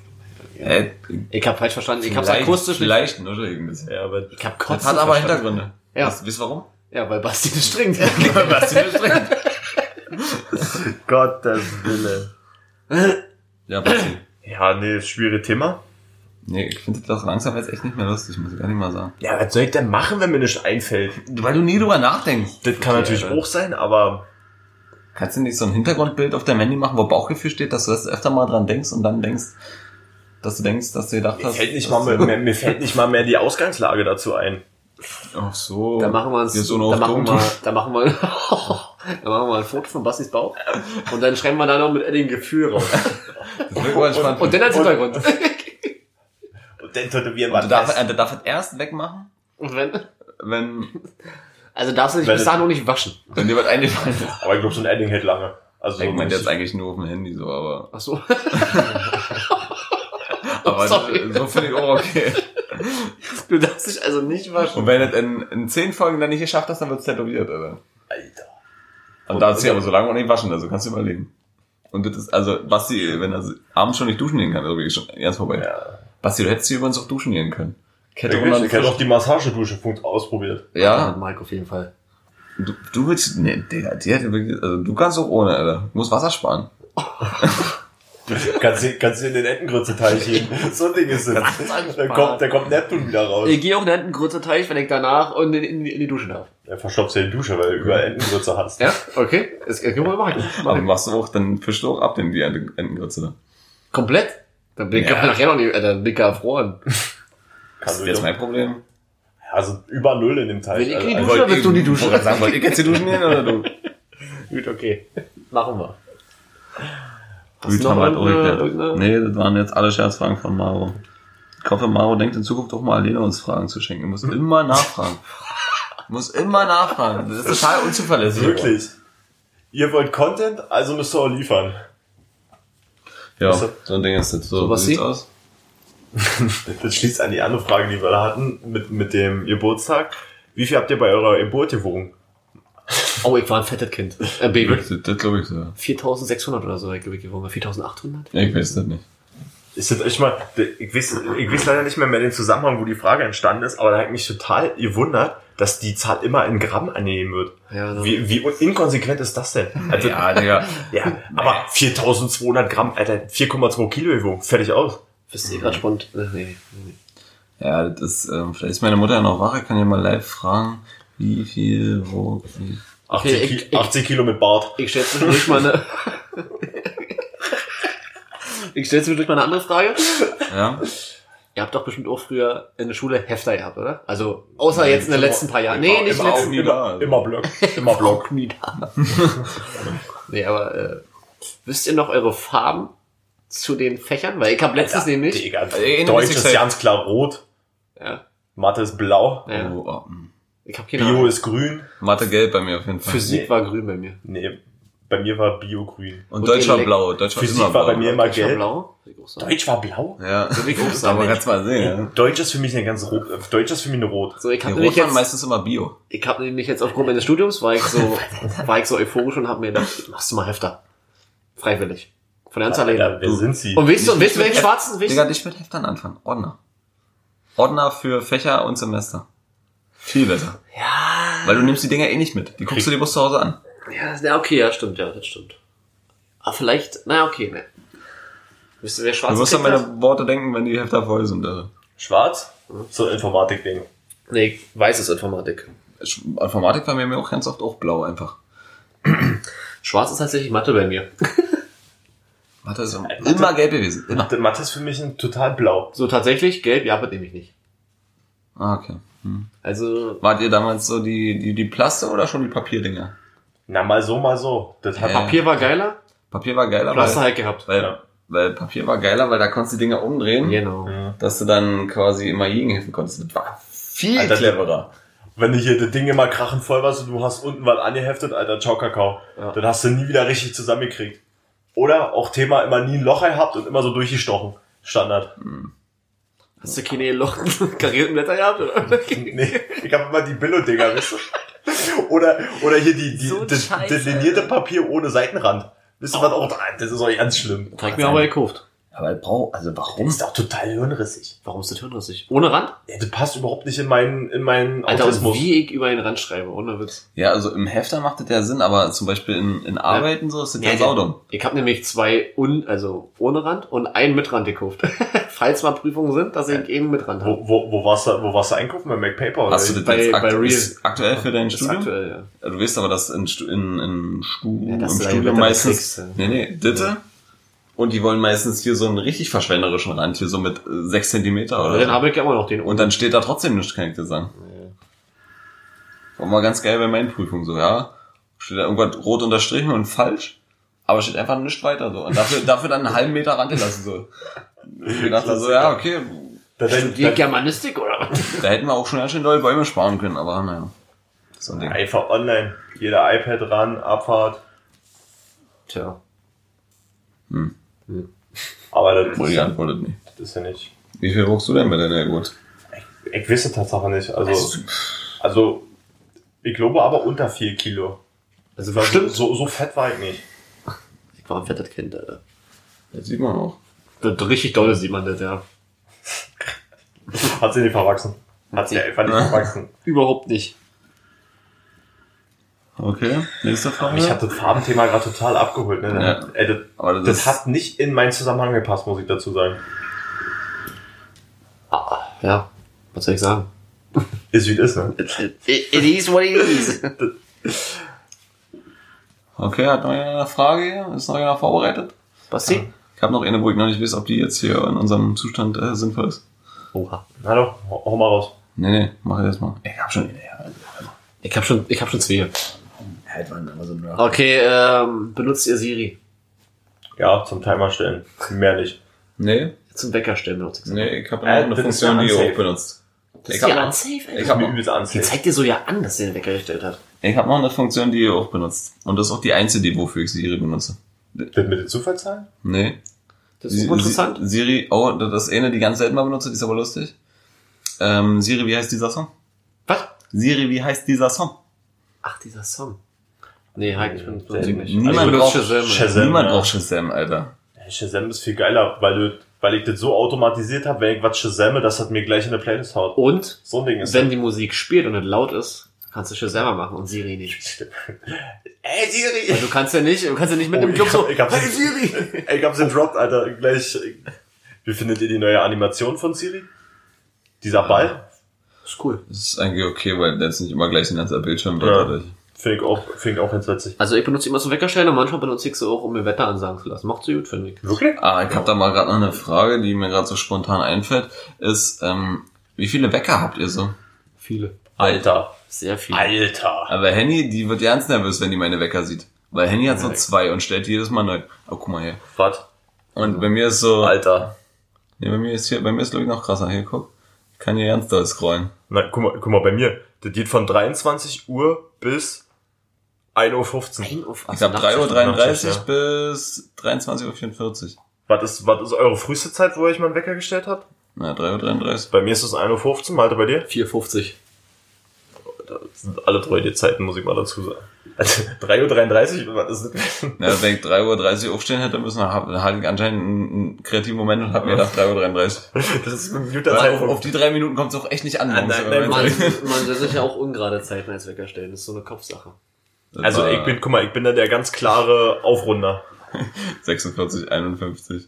C: Äh,
A: Ich hab falsch verstanden. Ich hab's
C: vielleicht-
A: akustisch nicht.
C: Vielleicht, nur so irgendwie. Das
B: ja, aber
A: Ich hab
C: hat
A: kurz.
C: aber Hintergründe.
A: Ja.
C: Wisst wisst ihr warum?
A: Ja, weil Basti das [laughs]
C: [laughs]
A: stringt.
B: Gottes Wille.
C: Ja, Basti.
B: Ja, nee, ist ein schwieriges Thema.
C: Nee, ich finde das langsam jetzt echt nicht mehr lustig, muss ich gar nicht mal sagen.
B: Ja, was soll ich denn machen, wenn mir nichts einfällt?
C: Weil du nie drüber nachdenkst.
B: Das kann natürlich
A: Alter.
B: auch sein, aber
C: Kannst du nicht so ein Hintergrundbild auf deinem Handy machen, wo Bauchgefühl steht, dass du das öfter mal dran denkst und dann denkst, dass du denkst, dass du gedacht
B: mir
C: hast.
B: fällt, nicht
C: dass
B: mal mehr,
C: du-
B: mehr, mir fällt nicht mal mehr die Ausgangslage dazu ein.
C: Ach so.
A: Da machen wir uns,
C: Jetzt so
A: da
C: noch
A: machen
C: dumm.
A: wir, da machen wir, [laughs] da machen wir ein Foto von Bastis Bauch und dann schreiben wir da noch mit dem Gefühl raus.
C: Das wird überspannt.
A: Und dann als
B: Und-
A: Hintergrund. [laughs]
B: Und dann tätowieren
C: Und
B: wir
C: du darfst,
B: das.
C: äh, du darfst es erst wegmachen,
A: Und wenn,
C: wenn,
A: also darfst du dich
B: Wenn
A: bis
B: es-
A: dahin noch nicht waschen.
C: wenn dir was eingefallen ist.
B: Aber ich glaube, so ein Ending hält lange. Also,
C: Ich meine jetzt eigentlich nur auf dem Handy so, aber,
A: Ach so. [laughs]
C: aber
A: Sorry.
C: so finde ich auch [laughs] okay.
A: Du darfst dich also nicht waschen.
C: Und wenn du es in, in zehn Folgen dann nicht geschafft hast, dann wird es tätowiert, Alter.
B: Alter.
C: Und da ist ja aber so lange auch nicht waschen, also kannst du überlegen. Und das ist, also, Basti, wenn er abends schon nicht duschen gehen kann, also wirklich schon ganz vorbei.
B: Ja.
C: Basti, du hättest hier übrigens auch duschen gehen können. Kette
B: Wirklich, ich hätte auch
C: runter.
B: die Massagedusche funkt ausprobiert.
A: Ja,
C: Ja,
A: Mike auf jeden Fall.
C: du, du willst, nee, der, der, der, also du kannst auch ohne, Alter. Du musst Wasser sparen.
B: Kannst du, kannst du in den Entengrützeteich gehen. So ein Ding ist es. Dann kommt, dann kommt Neptun wieder raus.
A: Ich gehe auch einen kurzen Teich, wenn ich danach und in, in, die- in die Dusche darf.
B: Er verstopft dir die Dusche, weil du überall Entengrütze hast.
A: Ja, okay. Das können wir machen. [laughs]
C: Aber
A: machen.
C: machst du auch, dann fischst du auch ab, den die Enten- Entengrütze da.
A: Komplett. Dann bin ich
C: Ja.
A: aber nachher noch nicht, äh, dann bin ich erfroren.
B: Kann
C: Das wäre
B: du
C: mein Problem.
B: also über Null in dem Teich.
A: Will ich in
B: also,
A: die
B: also-
A: Dusche oder willst du in die Dusche?
C: Wollte ich sagen, wollt ihr jetzt hier duschen gehen oder [laughs] du?
A: [laughs] Gut, okay. Machen wir.
C: Gut,
A: noch
C: haben wir halt auch
A: irgendeine-
C: geklärt. Nee, das waren jetzt alle Scherzfragen von Maro. Ich hoffe, Maro denkt in Zukunft auch mal alleine uns Fragen zu schenken. Du [laughs] musst immer nachfragen. Du musst immer nachfragen. Das ist total unzuverlässig.
B: also Wirklich. Ihr wollt Content, also müsst ihr auch liefern.
C: Ja, so ein Ding ist das. So,
A: So, was
C: sieht's
A: sie-
C: aus.
B: Das schließt an die andere Frage, die wir da hatten, mit, mit dem Geburtstag. Wie viel habt ihr bei eurer Geburt gewogen?
A: Oh, ich war ein fettes Kind. Äh, Baby.
C: Das, das glaube ich so.
A: 4600 oder so, glaube ich, gewonnen. 4800?
C: Ich weiß das nicht.
B: Ist das echt mal, ich weiß, ich weiß leider nicht mehr mehr den Zusammenhang, wo die Frage entstanden ist, aber da hat mich total gewundert, dass die Zahl immer in Gramm angegeben wird.
A: Ja, ne.
B: Wie, wie inkonsequent ist das denn? Also, ja,
C: Digga.
B: aber 4200 Gramm, Alter, 4,2 Kilo gewogen, fertig aus.
A: Wisst ihr gerade spannend? Nee, nee, nee.
C: Ja, das ist, ähm, vielleicht ist meine Mutter ja noch wach. Ich kann ja mal live fragen, wie viel, wo, wie.
B: 80,
A: Okay,
B: Ki-
A: ich- ich-
B: 80 Kilo mit Bart.
A: Ich stelle [laughs] zwischendurch mal eine. ich stelle zwischendurch mal eine andere Frage.
C: Ja?
A: Ihr habt doch bestimmt auch früher in der Schule Hefter gehabt, oder? Also, außer jetzt in den letzten paar Jahren. Nee,
B: Immer-
A: nicht in den
B: immer,
A: letzten.
B: auf-
C: letzten-
B: immer, immer
A: [laughs]
B: Block, immer Block.
A: Nie da. nee, aber äh, wisst ihr noch eure Farben zu den Fächern? Weil ich habe letztes nämlich.
B: Digga,
C: Ey,
B: Deutsch
C: Erinnerungsexzell-
B: ist ganz klar rot,
A: Ja,
B: Mathe ist blau,
A: ja. genau.
C: Oh, oh, hm.
A: Ich habe keine
B: Bio
A: Ahnung.
B: ist grün.
C: Mathe gelb bei mir auf jeden Fall.
A: Physik
B: Nee.
A: war grün bei mir.
B: Nee, bei mir war Bio grün.
C: Und,
A: Und
C: Deutsch war
A: Elekt-
C: blau. Deutsch war
B: Physik
C: immer
B: war
C: blau.
B: bei mir immer
A: ne? Ich war
B: gelb.
A: blau. Will ich auch sagen.
B: Deutsch war blau?
C: Ja.
A: Will ich auch
C: [laughs]
A: sagen.
C: Aber kannst mal sehen.
B: Deutsch ist für mich eine ganz rot. äh, Deutsch ist für mich eine rot.
A: So, ich
C: Die
A: habe nämlich
C: Rot waren
A: jetzt
C: meistens immer Bio.
A: ich habe nämlich jetzt aufgrund meines Studiums war ich so, war ich so euphorisch und habe mir gedacht, machst du mal Hefter. Freiwillig. Von der Anzahl her.
B: Alter, wer sind sie?
A: Und willst du, willst du
C: mit [laughs]
A: welchen
C: Heft-
A: schwarzen? Willst
C: Digga,
A: du?
C: nicht mit Heftern anfangen. Ordner. Ordner für Fächer und Semester. Viel besser.
A: Ja,
C: Weil du nimmst die Dinger eh nicht mit. Die guckst du dir bloß zu Hause an.
A: ja, na, okay, ja, stimmt, ja, das stimmt. Aber vielleicht, na, okay, ne. Wisst ihr, wer schwarz
C: Du wirst an
A: gekriegt hat?
C: meine Worte denken, wenn die Hefter voll sind. Also.
B: Schwarz? So ein Informatikding.
A: Nee, weiß ist Informatik.
C: Informatik war mir auch ganz oft auch blau einfach.
A: Schwarz ist tatsächlich Mathe bei mir.
C: Mathe ist immer gelb gewesen. Immer.
B: Der Mathe ist für mich ein total blau.
A: So tatsächlich, gelb, ja, aber nehme ich nicht.
C: Ah, okay. Hm.
A: Also,
C: Wart ihr damals so die, die, die Plaste oder schon die Papierdinger?
B: Na, mal so, mal so. Das hat
C: Ja.
A: Papier war geiler,
C: Papier war geiler,
A: Plaster
C: weil,
A: halt gehabt.
C: weil,
B: Ja.
C: weil Papier war geiler, weil da konntest du die Dinger umdrehen,
A: Genau.
C: dass du dann quasi immer gegenhelfen konntest. Das war viel
B: Alter,
C: cleverer.
B: Wenn du hier das Ding immer krachen voll warst und du hast unten was angeheftet, Alter, ciao Kakao.
A: Ja.
B: Dann hast du nie wieder richtig zusammengekriegt. Oder auch Thema immer nie ein Loch gehabt und immer so durchgestochen. Standard.
A: Hast du keine Loch [laughs] karierten Blätter gehabt, [laughs] oder?
B: [laughs] Nee, ich habe immer die Billo-Dinger, weißt du? Oder, oder hier die, die,
A: So ein
B: das,
A: Scheiß,
B: das linierte
A: Alter. Oh.
B: Papier ohne Seitenrand. Wisst ihr was auch? Das ist auch ganz schlimm.
A: Hab ich mir aber gekauft.
C: Aber brauch, also
B: Das
C: warum?
B: ist auch total hirnrissig.
A: Warum ist das hirnrissig? Ohne Rand?
B: Ja, das passt überhaupt nicht in meinen, in meinen
A: Alter, und
B: Autismus.
A: wie ich über den Rand schreibe, ohne Witz.
C: Ja, also im Hefter macht das ja Sinn, aber zum Beispiel in, in Arbeiten so ist das ja,
A: Ja,
C: saudum.
A: Ich habe nämlich zwei un, also ohne Rand und einen mit Rand gekauft. [laughs] Falls mal Prüfungen sind, dass ich eben mit Rand habe.
B: Wo, wo, wo, warst du, wo warst du einkaufen? Bei MacPaper?
C: Hast du das
A: bei-
C: jetzt aktu
A: bei Real.
C: ist aktuell für dein
A: Das ist
C: Studium?
A: aktuell, ja.
C: Ja, Du weißt aber, dass in, Stu- in, in Stu,
A: Ja, dass
C: im
A: du da
C: Studium
A: Blätter
C: meistens.
A: kriegst, ja.
C: Nee, nee, Ditte. Und die wollen meistens hier so einen richtig verschwenderischen Rand, hier so mit äh, sechs Zentimeter
A: Aber
C: oder
A: dann
C: so.
A: habe ich ja immer noch den
C: Und
A: ohne.
C: dann steht da trotzdem nichts, kann ich dir sagen. War mal ganz geil bei meinen Prüfungen so, ja. Steht da irgendwas rot unterstrichen und falsch, aber steht einfach nichts weiter so. Und dafür, dafür dann einen halben Meter Rand gelassen so. Ich gedacht so, ja, okay,
B: da, da,
A: Die
B: da,
A: Germanistik, oder was?
C: da hätten wir auch schon ganz schön doll Bäume sparen können, aber naja. So ein Ding.
B: einfach online. Jeder iPad ran, Abfahrt.
A: Tja.
B: Aber das,
C: Wohl die Antwort nicht.
B: das ist ja nicht.
C: Wie viel ruckst du denn bei deiner Gurt?
B: Ich wisse Tatsache nicht. Also, also ich glaube aber unter 4 Kilo.
A: Also
B: Weil
A: bestimmt.
B: So, so fett war ich nicht.
A: Ich war ein fettes Kind, Alter.
C: Das sieht man auch.
A: Das richtig doll sieht man das, ja.
B: Hat sie nicht verwachsen. Hat sie einfach nicht
C: [laughs]
B: verwachsen.
A: Überhaupt nicht.
C: Okay, nächste Frage.
B: Mich hat das Farbenthema gerade total abgeholt. Ne?
C: Ja.
B: Ey, das,
C: Aber
B: das,
C: das, ist-
B: hat nicht in meinen Zusammenhang gepasst, muss ich dazu sagen.
A: Ah, ja. Was soll ich sagen?
B: Ist wie es ist, ne?
A: It, is what it is.
C: Okay, hat noch jemand eine Frage hier? Ist noch jemand vorbereitet?
A: Basti?
C: Ich habe noch eine, wo ich noch nicht weiß, ob die jetzt hier in unserem Zustand äh, sinnvoll ist.
A: Ah. Oha.
B: Na doch, hau, hau mal raus.
C: Nee, nee, mach ich jetzt mal. Ich hab schon eine. Ja,
A: Ich hab schon, ich hab schon zwei.
C: halt waren aber so ein
A: Okay, ähm, benutzt ihr Siri?
B: Ja, zum Timer stellen. Mehr nicht.
C: Nee,
A: Zum Wecker stellen benutzt ich's.
C: nee, ich habe
B: Äh,
C: eine
B: das ist
C: Funktion,
B: ja
C: die ihr
B: unsafe.
C: auch benutzt.
A: Das
C: Ich
A: ist
C: hab,
A: ja
C: noch,
A: unsafe,
C: ich
A: Alter.
C: hab
B: Mir
C: noch,
B: übelst
A: Die
B: anzählt.
A: zeigt dir so ja an, dass sie den Wecker gestellt hat.
C: ich hab noch eine Funktion, die ihr auch benutzt. Und das ist auch die einzige, die- wofür ich Siri benutze.
B: Das mit den Zufallszahlen?
C: Nee.
A: Das ist interessant.
C: Si- Siri, oh, das ist eine, die ganz selten mal benutze, die ist aber lustig. Ähm, Siri, wie heißt dieser Song?
A: Was?
C: Siri, wie heißt dieser Song?
A: Ach, dieser Song. Nee, Heik, ich bin
B: Shazam.
A: nicht.
C: Niemand
A: ich benutze
C: braucht
A: Shazam. halt.
B: Shazam.
C: Niemand
B: ja.
C: braucht Shazam, Alter.
B: Hey, Shazam ist viel geiler, weil, du, weil ich das so automatisiert habe, wenn ich was Shazamme, das hat mir gleich in der Playlist haut.
A: Und
B: So ein Ding ist
A: wenn die Musik spielt und es laut ist, kannst du Shazam machen und Siri nicht.
B: das. Ey,
C: Also
A: Weil
B: Siri!
A: du kannst ja nicht, du kannst ja nicht mit
B: Oh,
A: dem Club
B: ich hab-
A: so,
B: ich hab-
A: hey Siri!
B: [laughs] Ey, ich hab sie droppt, Alter. Gleich. äh, Wie findet ihr die neue Animation von Siri? Dieser Ball?
A: Ist cool.
C: Das ist eigentlich okay, weil jetzt nicht immer gleich ein ganzer Bildschirm wird
B: Ja.
C: dadurch.
B: Finde ich auch, finde ich auch ganz witzig.
A: Also ich benutze immer zum Weckerstellen und manchmal benutze ich sie auch, um mir Wetter ansagen zu lassen. Macht sie gut, finde ich.
B: Wirklich?
C: Ah, ich habe da mal gerade noch eine Frage, die mir gerade so spontan einfällt, ist, ähm, wie viele Wecker habt ihr so?
A: Viele.
B: Alter.
A: Sehr viele.
B: Alter.
C: Aber Henny, die wird ganz nervös, wenn die meine Wecker sieht. Weil Henny hat so
A: Nein.
C: zwei und stellt die jedes Mal neu. Oh, guck mal hier.
B: Was?
C: Und bei mir ist so,
B: Alter.
C: nee, bei mir ist hier, bei mir ist glaube ich noch krasser. Hier, guck. Ich kann hier ganz doll scrollen.
B: Na, guck mal, guck mal bei mir. Das geht von 23 Uhr bis 1.15 Uhr.
A: Ein auf
C: Ich habe
B: Nachtschicht,
C: 3.33
B: ja.
C: Uhr bis 23.44 Uhr.
B: Was ist, was ist eure früheste Zeit, wo ihr euch meinen Wecker gestellt habt?
C: Na, 3.33 Uhr.
B: Bei mir ist es 1.15 Uhr, Alter, bei dir?
A: 4,50.
B: sind alle drei die Zeiten, muss ich mal dazu sagen. [laughs] Also 3.33 Uhr, was ist das?
C: Na, wenn ich 3.30 Uhr aufstehen hätte müssen, dann hab- hatte ich anscheinend einen, einen kreativen Moment und habe mir gedacht
B: [laughs]
C: 3.33 Uhr.
B: [laughs] Das ist ein
C: Ja,
B: guter
C: auf, auf
B: Zeitpunkt.
C: die drei Minuten kommt es auch echt nicht an.
B: Ah, nein,
C: Morgens,
B: nein,
C: wenn
A: Man,
C: man-
A: man soll sich ja auch ungerade Zeiten als Wecker stellen. Das ist so eine Kopfsache.
B: Also
C: Äh,
B: ich bin, guck mal, ich bin da der ganz klare Aufrunder.
C: 46, 51.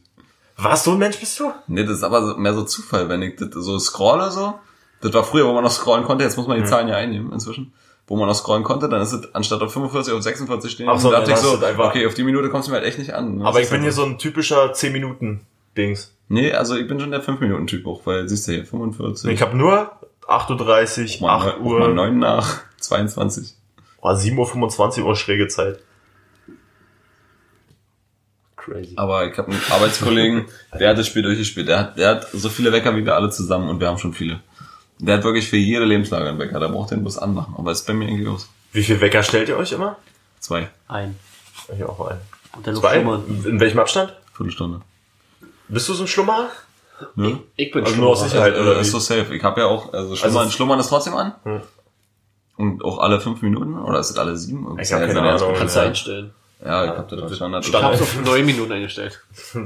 B: Was, so ein Mensch bist du?
C: Nee, das ist aber so- mehr so Zufall, wenn ich das so scrolle so Das war früher, wo man noch scrollen konnte, jetzt muss
B: Mhm.
C: man die Zahlen ja einnehmen inzwischen. Wo man noch scrollen konnte, dann ist es anstatt auf 45 auf 46 stehen.
B: Ach so,
C: und
B: dann
C: dachte ich
B: hast
C: so,
B: du das einfach-
C: okay, auf die Minute kommst du mir halt echt nicht an. ne?
B: Aber
C: Das
B: ich bin hier
C: ist
B: so ein typischer 10-Minuten-Dings.
C: halt- Nee, also ich bin schon der 5-Minuten-Typ auch, weil siehst du hier, 45.
B: Ich habe nur 8.30 Uhr,
C: mal,
B: 8
C: neun- mal
B: Uhr,
C: 9 nach 22.
B: oh, 7.25 Uhr schräge Zeit.
A: Crazy.
C: Aber ich habe einen Arbeitskollegen, der hat das Spiel durchgespielt. Der hat, der hat so viele Wecker wie wir alle zusammen und wir haben schon viele. Der hat wirklich für jede Lebenslage einen Wecker. Da braucht er den bloß anmachen. Aber ist bei mir irgendwie aus.
B: Wie viel Wecker stellt ihr euch immer?
C: Zwei.
A: Ein.
B: Ich auch mal.
A: Und dann noch
B: Zwei?
A: schlummern.
B: In welchem Abstand?
C: Viertelstunde.
B: Bist du so ein Schlummerer?
C: Ne?
A: Ich bin
B: Also nur aus
A: Schlummerer.
B: Sicherheit,
C: Äh,
B: oder?
C: ist so
B: Wie?
C: safe. Ich habe ja auch, also schlummern,
B: Also-
C: schlummern ist trotzdem an.
B: Hm.
C: Und auch alle fünf Minuten oder ist das alle sieben? Irgendwie
B: Ich hab
C: ist
B: keine
C: ja jetzt-
B: Ahnung.
A: Kannst du einstellen.
C: Ja, ich hab das auf Standard.
A: Ich
B: Standard.
A: hab's auf neun Minuten eingestellt.
C: Nee,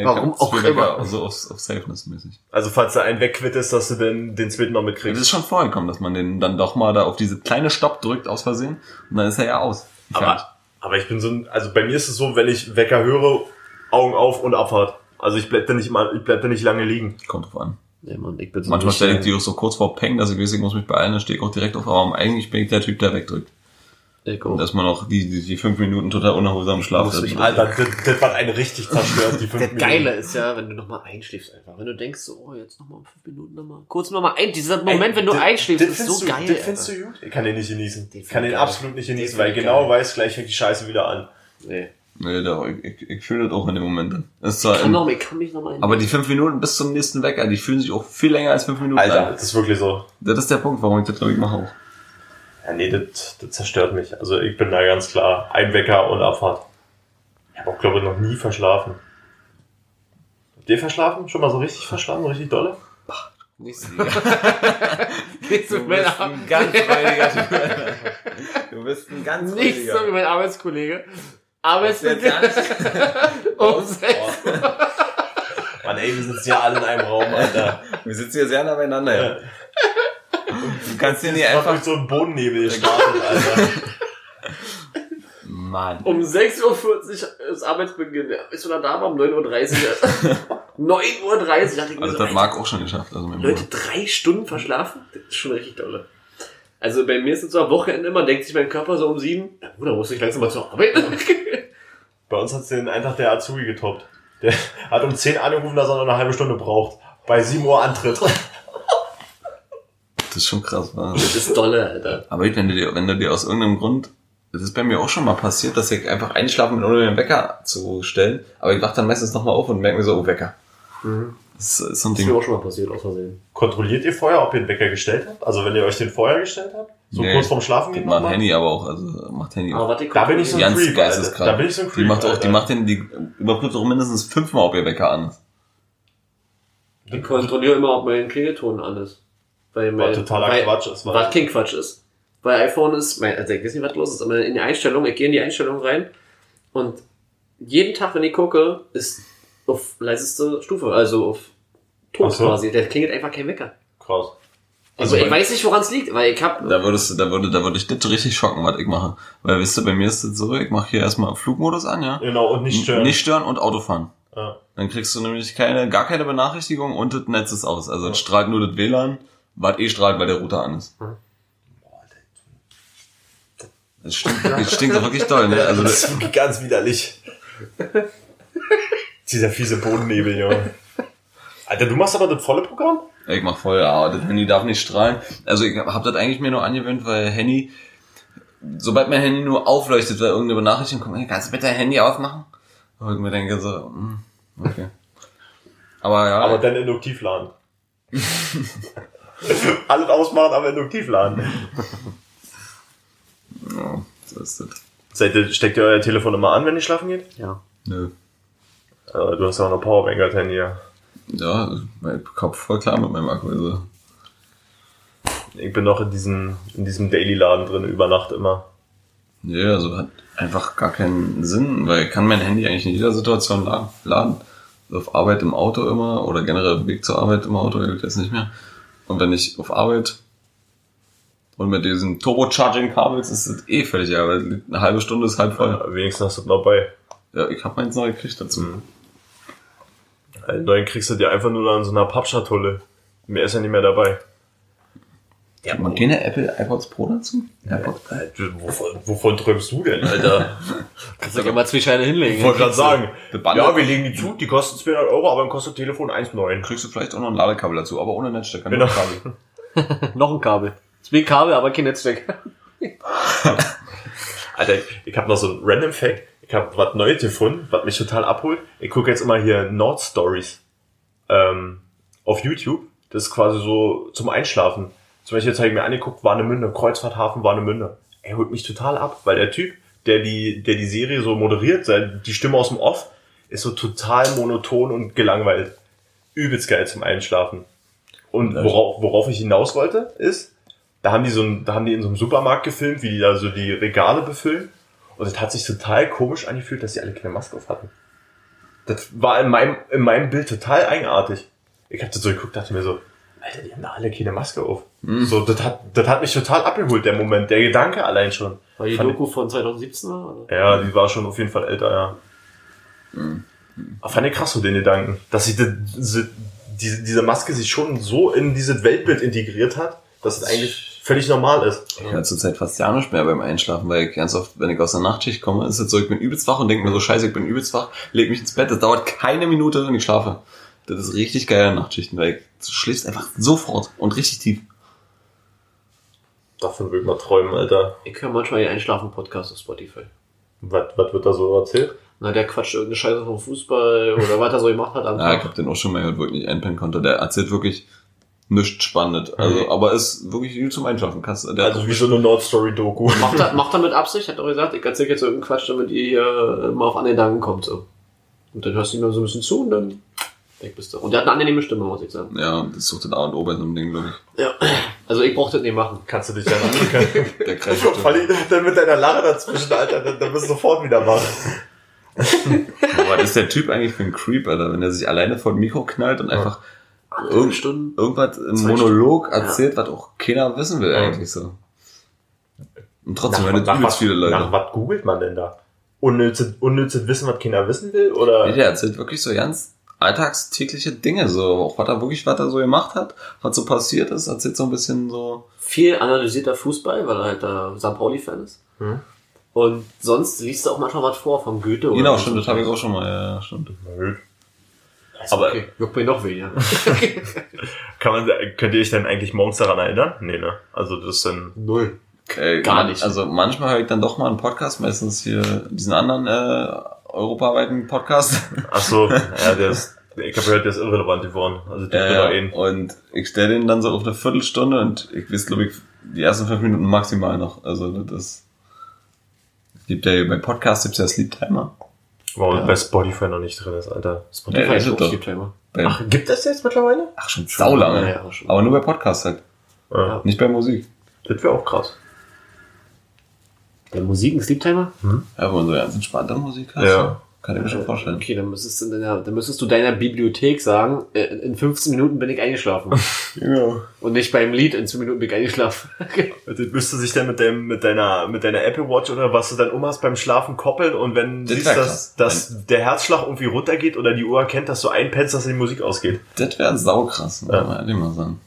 C: ich
A: Warum
C: hab das
A: auch
C: Spiel Wecker,
A: immer.
C: Also auf, auf Safeness-mäßig.
B: Also falls du einen wegquittest, dass du den, den zweiten noch
C: Das
B: mitkriegst.
C: ist schon vorgekommen, dass man den dann doch mal da auf diese kleine Stopp drückt aus Versehen und dann ist er ja aus. Fertig.
B: Aber, aber ich bin so ein, also bei mir ist es so, wenn ich Wecker höre, Augen auf und Abfahrt. Also ich bleib da nicht mal, ich bleib da nicht lange liegen.
C: Kommt drauf an.
A: Nee, Mann, ich bin so
C: Manchmal
A: nicht,
C: stelle ich
A: äh,
C: die auch so kurz vor Peng, dass ich weiß, ich muss mich beeilen, dann stehe ich auch direkt auf, aber eigentlich bin ich der Typ, der wegdrückt.
A: Ich
C: Und
A: auch.
C: dass man auch die, die, die fünf Minuten total unerholsam im Schlaf
A: Muss
C: ist.
A: ich-
B: Alter, das, das war einen richtig zerstört, die fünf
A: Der
B: Minuten.
A: Geile ist ja, wenn du nochmal einschläfst einfach. Wenn du denkst, so, oh, jetzt nochmal fünf Minuten nochmal. Kurz nochmal ein. Dieser Moment, wenn du
B: das-
A: einschläfst,
B: das
A: ist
B: findest
A: so
B: du,
A: geil.
B: Das findest
A: Alter.
B: du gut? Ich kann den nicht genießen.
A: Den
B: Ich kann
A: find
B: den
A: ich
B: absolut nicht
A: Den
B: genießen,
A: find
B: weil ich
A: ich
B: genau
A: geil.
B: weiß, gleich fängt die Scheiße wieder an.
A: Nee.
B: Ähm,
C: Nee, da, ich, ich, ich fühle das auch in dem Moment. dann. Das ist zwar
A: Kann
C: im-
A: noch, ich kann mich nochmal
C: Aber die fünf Minuten bis zum nächsten Wecker, die fühlen sich auch viel länger als fünf Minuten
B: Alter,
C: an.
B: das ist wirklich so.
C: Das ist der Punkt, warum ich das glaube ich mache auch.
B: Ja, nee, das, das zerstört mich. Also ich bin da ganz klar ein Wecker und Abfahrt. Ich habe auch, glaube ich, noch nie verschlafen. Habt ihr verschlafen? Schon mal so richtig verschlafen, so richtig dolle?
A: [laughs] nicht so wie mein, Ar
C: ganz freudiger Du bist ein ganz
A: nicht so wie mein Arbeitskollege. Arbeitskollege. Um
C: nicht [laughs] Oh.
A: Umsetzen.
B: Mann, ey, wir sitzen ja alle in einem Raum, [laughs] Alter.
C: Wir sitzen hier sehr nah beieinander. Ja. Du kannst dir nicht
B: Ich hab
C: einfach...
B: durch so einen Bodennebel gestartet, Alter.
C: Mann.
A: Um 6.40 Uhr ist Arbeitsbeginn. Ja, Bist du da da? war Um
C: [laughs]
A: 9.30 Uhr. 9.30 Uhr hatte ich mir
C: Also
A: so,
C: das hat Marc auch schon geschafft. Also mein
A: Leute,
C: Bruder.
A: drei Stunden verschlafen? Das ist schon richtig dolle. Also bei mir ist es so am Wochenende immer, denkt sich mein Körper so um sieben, na gut, dann muss ich langsam mal zur Arbeit. [laughs]
B: Bei uns hat's den einfach der Azubi getoppt. Der hat um 10 angerufen, dass er noch eine halbe Stunde braucht. Bei 7 Uhr Antritt.
C: Das ist schon krass. Mann.
A: Das ist dolle, Alter.
C: Aber wenn du, dir, wenn du dir aus irgendeinem Grund, das ist bei mir auch schon mal passiert, dass ich einfach einschlafen bin, ohne den Wecker zu stellen, aber ich wach dann meistens nochmal auf und merke mir so, oh, Wecker.
B: Mhm.
C: Das ist so ein
A: Das ist mir
C: Ding.
A: auch schon mal passiert, aus Versehen.
B: Kontrolliert ihr vorher, ob ihr den Wecker gestellt habt? Also wenn ihr euch den vorher gestellt habt? So
C: Nee.
B: kurz vorm Schlafen
C: Das
B: gehen
C: macht
B: nochmal?
C: Handy aber auch, also macht Handy
A: Aber
C: auch.
A: warte, ich
B: Da bin ich so ein
C: Ganz
B: Creep, Alter.
C: geisteskrank.
B: Da bin ich so ein
C: Die
B: Creep,
C: macht auch, die
B: Alter.
C: macht den, die überprüft auch mindestens fünfmal, ob ihr Wecker an ist.
A: Ich kontrolliere immer, ob mein Klingelton an ist. Weil mein,
B: War totaler
A: weil,
B: Quatsch, das war-
A: was kein Quatsch ist. Weil iPhone ist, mein, also ich weiß nicht, was los ist, aber in die Einstellung, ich gehe in die Einstellung rein und jeden Tag, wenn ich gucke, ist auf leiseste Stufe, also auf Ton
B: Ach so.
A: quasi. Der klingelt einfach kein Wecker.
B: Krass.
A: Also,
C: Also
A: ich
C: bei-
A: weiß nicht, woran es liegt, weil ich habe
C: Da würdest du, da würde, da würde ich dich richtig schocken, was ich mache. Weil, wisst ihr, bei mir ist das so, ich mache hier erstmal Flugmodus an, ja?
B: Genau, und nicht stören.
C: Nicht stören und Autofahren.
B: Ja.
C: Dann kriegst du nämlich keine, gar keine Benachrichtigung und das Netz ist aus. Also es strahlt nur das WLAN, was eh strahlt, weil der Router an ist. Es stinkt, es stinkt doch wirklich doll, ne? Also
B: das
C: das,
B: ist wirklich ganz widerlich. [laughs] Dieser fiese Bodennebel, Junge. Alter, du machst aber das volle Programm?
C: ich mach voll, ja, das Handy darf nicht strahlen. Also ich habe das eigentlich mir nur angewöhnt, weil Handy, sobald mein Handy nur aufleuchtet, weil irgendeine Benachrichtigung kommt, hey, kannst du bitte dein Handy ausmachen? Und ich mir denke so, hm, okay. Aber ja,
B: Aber dann induktiv laden. Alles ausmachen, aber induktiv laden.
C: ja, so ist das.
B: Seid ihr, steckt ihr euer Telefon immer an, wenn ihr schlafen geht?
A: ja.
C: Nö.
B: Äh, du hast ja auch eine Powerbank als Handy. ja.
C: Ja, mein Kopf voll klar mit meinem Akku. Also.
B: Ich bin noch in diesem, in diesem Daily-Laden drin, über Nacht immer.
C: Nee, also hat einfach gar keinen Sinn, weil ich kann mein Handy eigentlich in jeder Situation la- laden. Auf Arbeit im Auto immer oder generell auf dem Weg zur Arbeit im Auto, gilt jetzt nicht mehr. Und wenn ich auf Arbeit und mit diesen Turbocharging-Kabels ist das eh völlig egal, weil eine halbe Stunde ist halb voll.
B: Äh, wenigstens hast du das noch bei.
C: Ja, ich hab meins noch gekriegt dazu.
B: Den neuen kriegst du dir einfach nur an so einer Pappschatulle. Mir ist ja nicht mehr dabei.
C: Ja, man keine Apple iPods Pro dazu? iPods Pro?
B: Wovon, wovon träumst du denn, Alter?
A: Kannst du dir mal zwei Scheine hinlegen.
B: [laughs] Ich wollte gerade sagen,
C: Bundle-
B: ja, wir legen die zu, die kosten 200 Euro, aber dann kostet Telefon 1,9.
C: Kriegst du vielleicht auch noch ein Ladekabel dazu, aber ohne Netzstecker.
B: Genau.
C: nur Kabel.
A: Noch ein Kabel. Zwei Kabel, aber kein Netzwerk.
B: Alter, ich habe noch so ein Random Fact. Ich habe was Neues gefunden, was mich total abholt. Ich gucke jetzt immer hier Nord Stories ähm, auf YouTube. Das ist quasi so zum Einschlafen. Zum Beispiel jetzt habe ich mir angeguckt, Warnemünde, Kreuzfahrthafen Warnemünde. Er holt mich total ab, weil der Typ, der die, der die Serie so moderiert, sein- die Stimme aus dem Off, ist so total monoton und gelangweilt. Übelst geil zum Einschlafen. Und worauf, worauf ich hinaus wollte, ist, da haben die so ein, da haben die in so einem Supermarkt gefilmt, wie die da so die Regale befüllen. Und es hat sich total komisch angefühlt, dass die alle keine Maske auf hatten. Das war in meinem, in meinem Bild total eigenartig. Ich hab das so geguckt, dachte mir so, Alter, die haben da alle keine Maske auf. So, das hat, das hat mich total abgeholt, der Moment, der Gedanke allein schon.
A: Weil die
B: Fand
A: Doku von 2017 war? Oder?
B: Ja, die war schon auf jeden Fall älter, ja.
C: Mhm.
B: Aber Fand ich krass so den Gedanken, dass sie die, diese- diese, diese Maske sich schon so in dieses Weltbild integriert hat, dass es eigentlich völlig normal ist.
C: Ich höre zurzeit fast ja nicht mehr beim Einschlafen, weil ich ganz oft, wenn ich aus der Nachtschicht komme, ist es so, ich bin übelst wach und denke mir so, scheiße, ich bin übelst wach, leg mich ins Bett, das dauert keine Minute und ich schlafe. Das ist richtig geil an Nachtschichten, weil du schläfst einfach sofort und richtig tief.
B: Davon will ich mal träumen, Alter.
A: Ich höre manchmal den Einschlafen-Podcast auf Spotify.
B: Was, was wird da so erzählt?
A: Na, der quatscht irgendeine Scheiße vom Fußball oder was er so gemacht hat. am
C: [laughs] Ja, genau. ich
A: Tag.
C: habe den auch schon mal gehört, wo ich nicht einpennen konnte. Der erzählt wirklich nichts spannend. Also, aber ist wirklich gut zum Einschlafen. Kannst, der
B: Also wie so eine
C: [laughs]
B: Nordstory-Doku.
A: Macht er, macht er mit Absicht, hat er gesagt, ich erzähle jetzt irgendeinen Quatsch, damit ihr hier mal auf andere Gedanken kommt. So. Und dann hörst du ihm dann so ein bisschen zu und dann weg bist du. Und der hat eine angenehme Stimme, muss ich sagen.
C: ja, das sucht den A und O bei so einem Ding, glaube ich.
A: Ja. Also ich brauchte das nicht machen.
B: Kannst du dich dann angucken?
C: [laughs] Der kreist
B: Vor allem dann mit deiner Lache dazwischen, Alter, dann, dann bist du sofort wieder wach.
C: Aber was ist der Typ eigentlich für ein Creep, Alter? Wenn er sich alleine vor dem Mikro knallt und einfach
A: Fünf Stunden.
C: irgendwas im
A: Zwei
C: Monolog erzählt, was auch keiner wissen will,
B: Ja.
C: eigentlich so. Und trotzdem hören das übelst viele
B: Nach
C: Leute.
B: was googelt man denn da? Unnützes, unnützes Wissen, was Kinder wissen will? Oder?
C: Nee, der erzählt wirklich so ganz alltagstägliche Dinge, so. Auch was er wirklich, was er so gemacht hat, was so passiert ist, erzählt so ein bisschen so.
A: Viel analysierter Fußball, weil er halt da St. Pauli-Fan ist.
B: Hm.
A: Und sonst liest er auch manchmal was vor von Goethe oder
C: Genau,
A: so.
C: stimmt, das habe ich auch schon mal, ja, stimmt.
B: Nö.
A: Aber
B: Aber
A: okay, juckt mir noch
C: [laughs]
A: weniger.
B: kann man, könnt ihr euch denn eigentlich morgens daran erinnern? Nee, ne? Also das ist dann...
A: Null.
C: Äh,
A: Gar
C: man-
A: nicht.
C: Also manchmal höre ich dann doch mal einen Podcast, meistens hier diesen anderen äh, europaweiten Podcast.
B: Ach so, ja, der ist... Ich habe gehört, der ist irrelevant geworden. Also die
C: Äh,
B: äh,
C: und ich stelle den dann so auf eine Viertelstunde und ich weiß, glaube ich, die ersten fünf Minuten maximal noch. Also das gibt ja bei Podcasts gibt's ja Sleep Timer.
B: Warum
A: ja.
B: bei Spotify noch nicht drin ist, Alter.
A: Spotify
C: Ja,
A: ist
C: ist es
A: auch
C: doch.
A: Sleep-Timer.
C: Bei, ach,
B: Gibt es jetzt mittlerweile?
C: schon sau lange.
A: Ja, schon.
C: Aber nur bei Podcasts halt,
B: Ja.
C: nicht bei Musik.
B: Das wäre auch krass.
A: Bei Musik ein Sleep-Timer?
C: Ja, wenn man so ganz entspannte Musik hat,
B: Ja.
C: kann ich mir schon vorstellen.
A: Okay, dann müsstest, du deiner, dann müsstest du deiner Bibliothek sagen, äh, in 15 Minuten bin ich [laughs] eingeschlafen.
C: Genau.
A: Und nicht beim Lied, in 10 Minuten bin ich eingeschlafen. [laughs]
B: Also, Das müsste sich dann mit, dem, mit, deiner, mit deiner Apple Watch oder was du dann umhast beim Schlafen koppeln und wenn du
C: Das
B: siehst,
C: wär
B: dass,
C: krass.
B: dass der Herzschlag irgendwie runtergeht oder die Uhr erkennt, dass du einpennst, dass die Musik ausgeht.
C: Das wäre saukrass, muss man ehrlich mal sagen.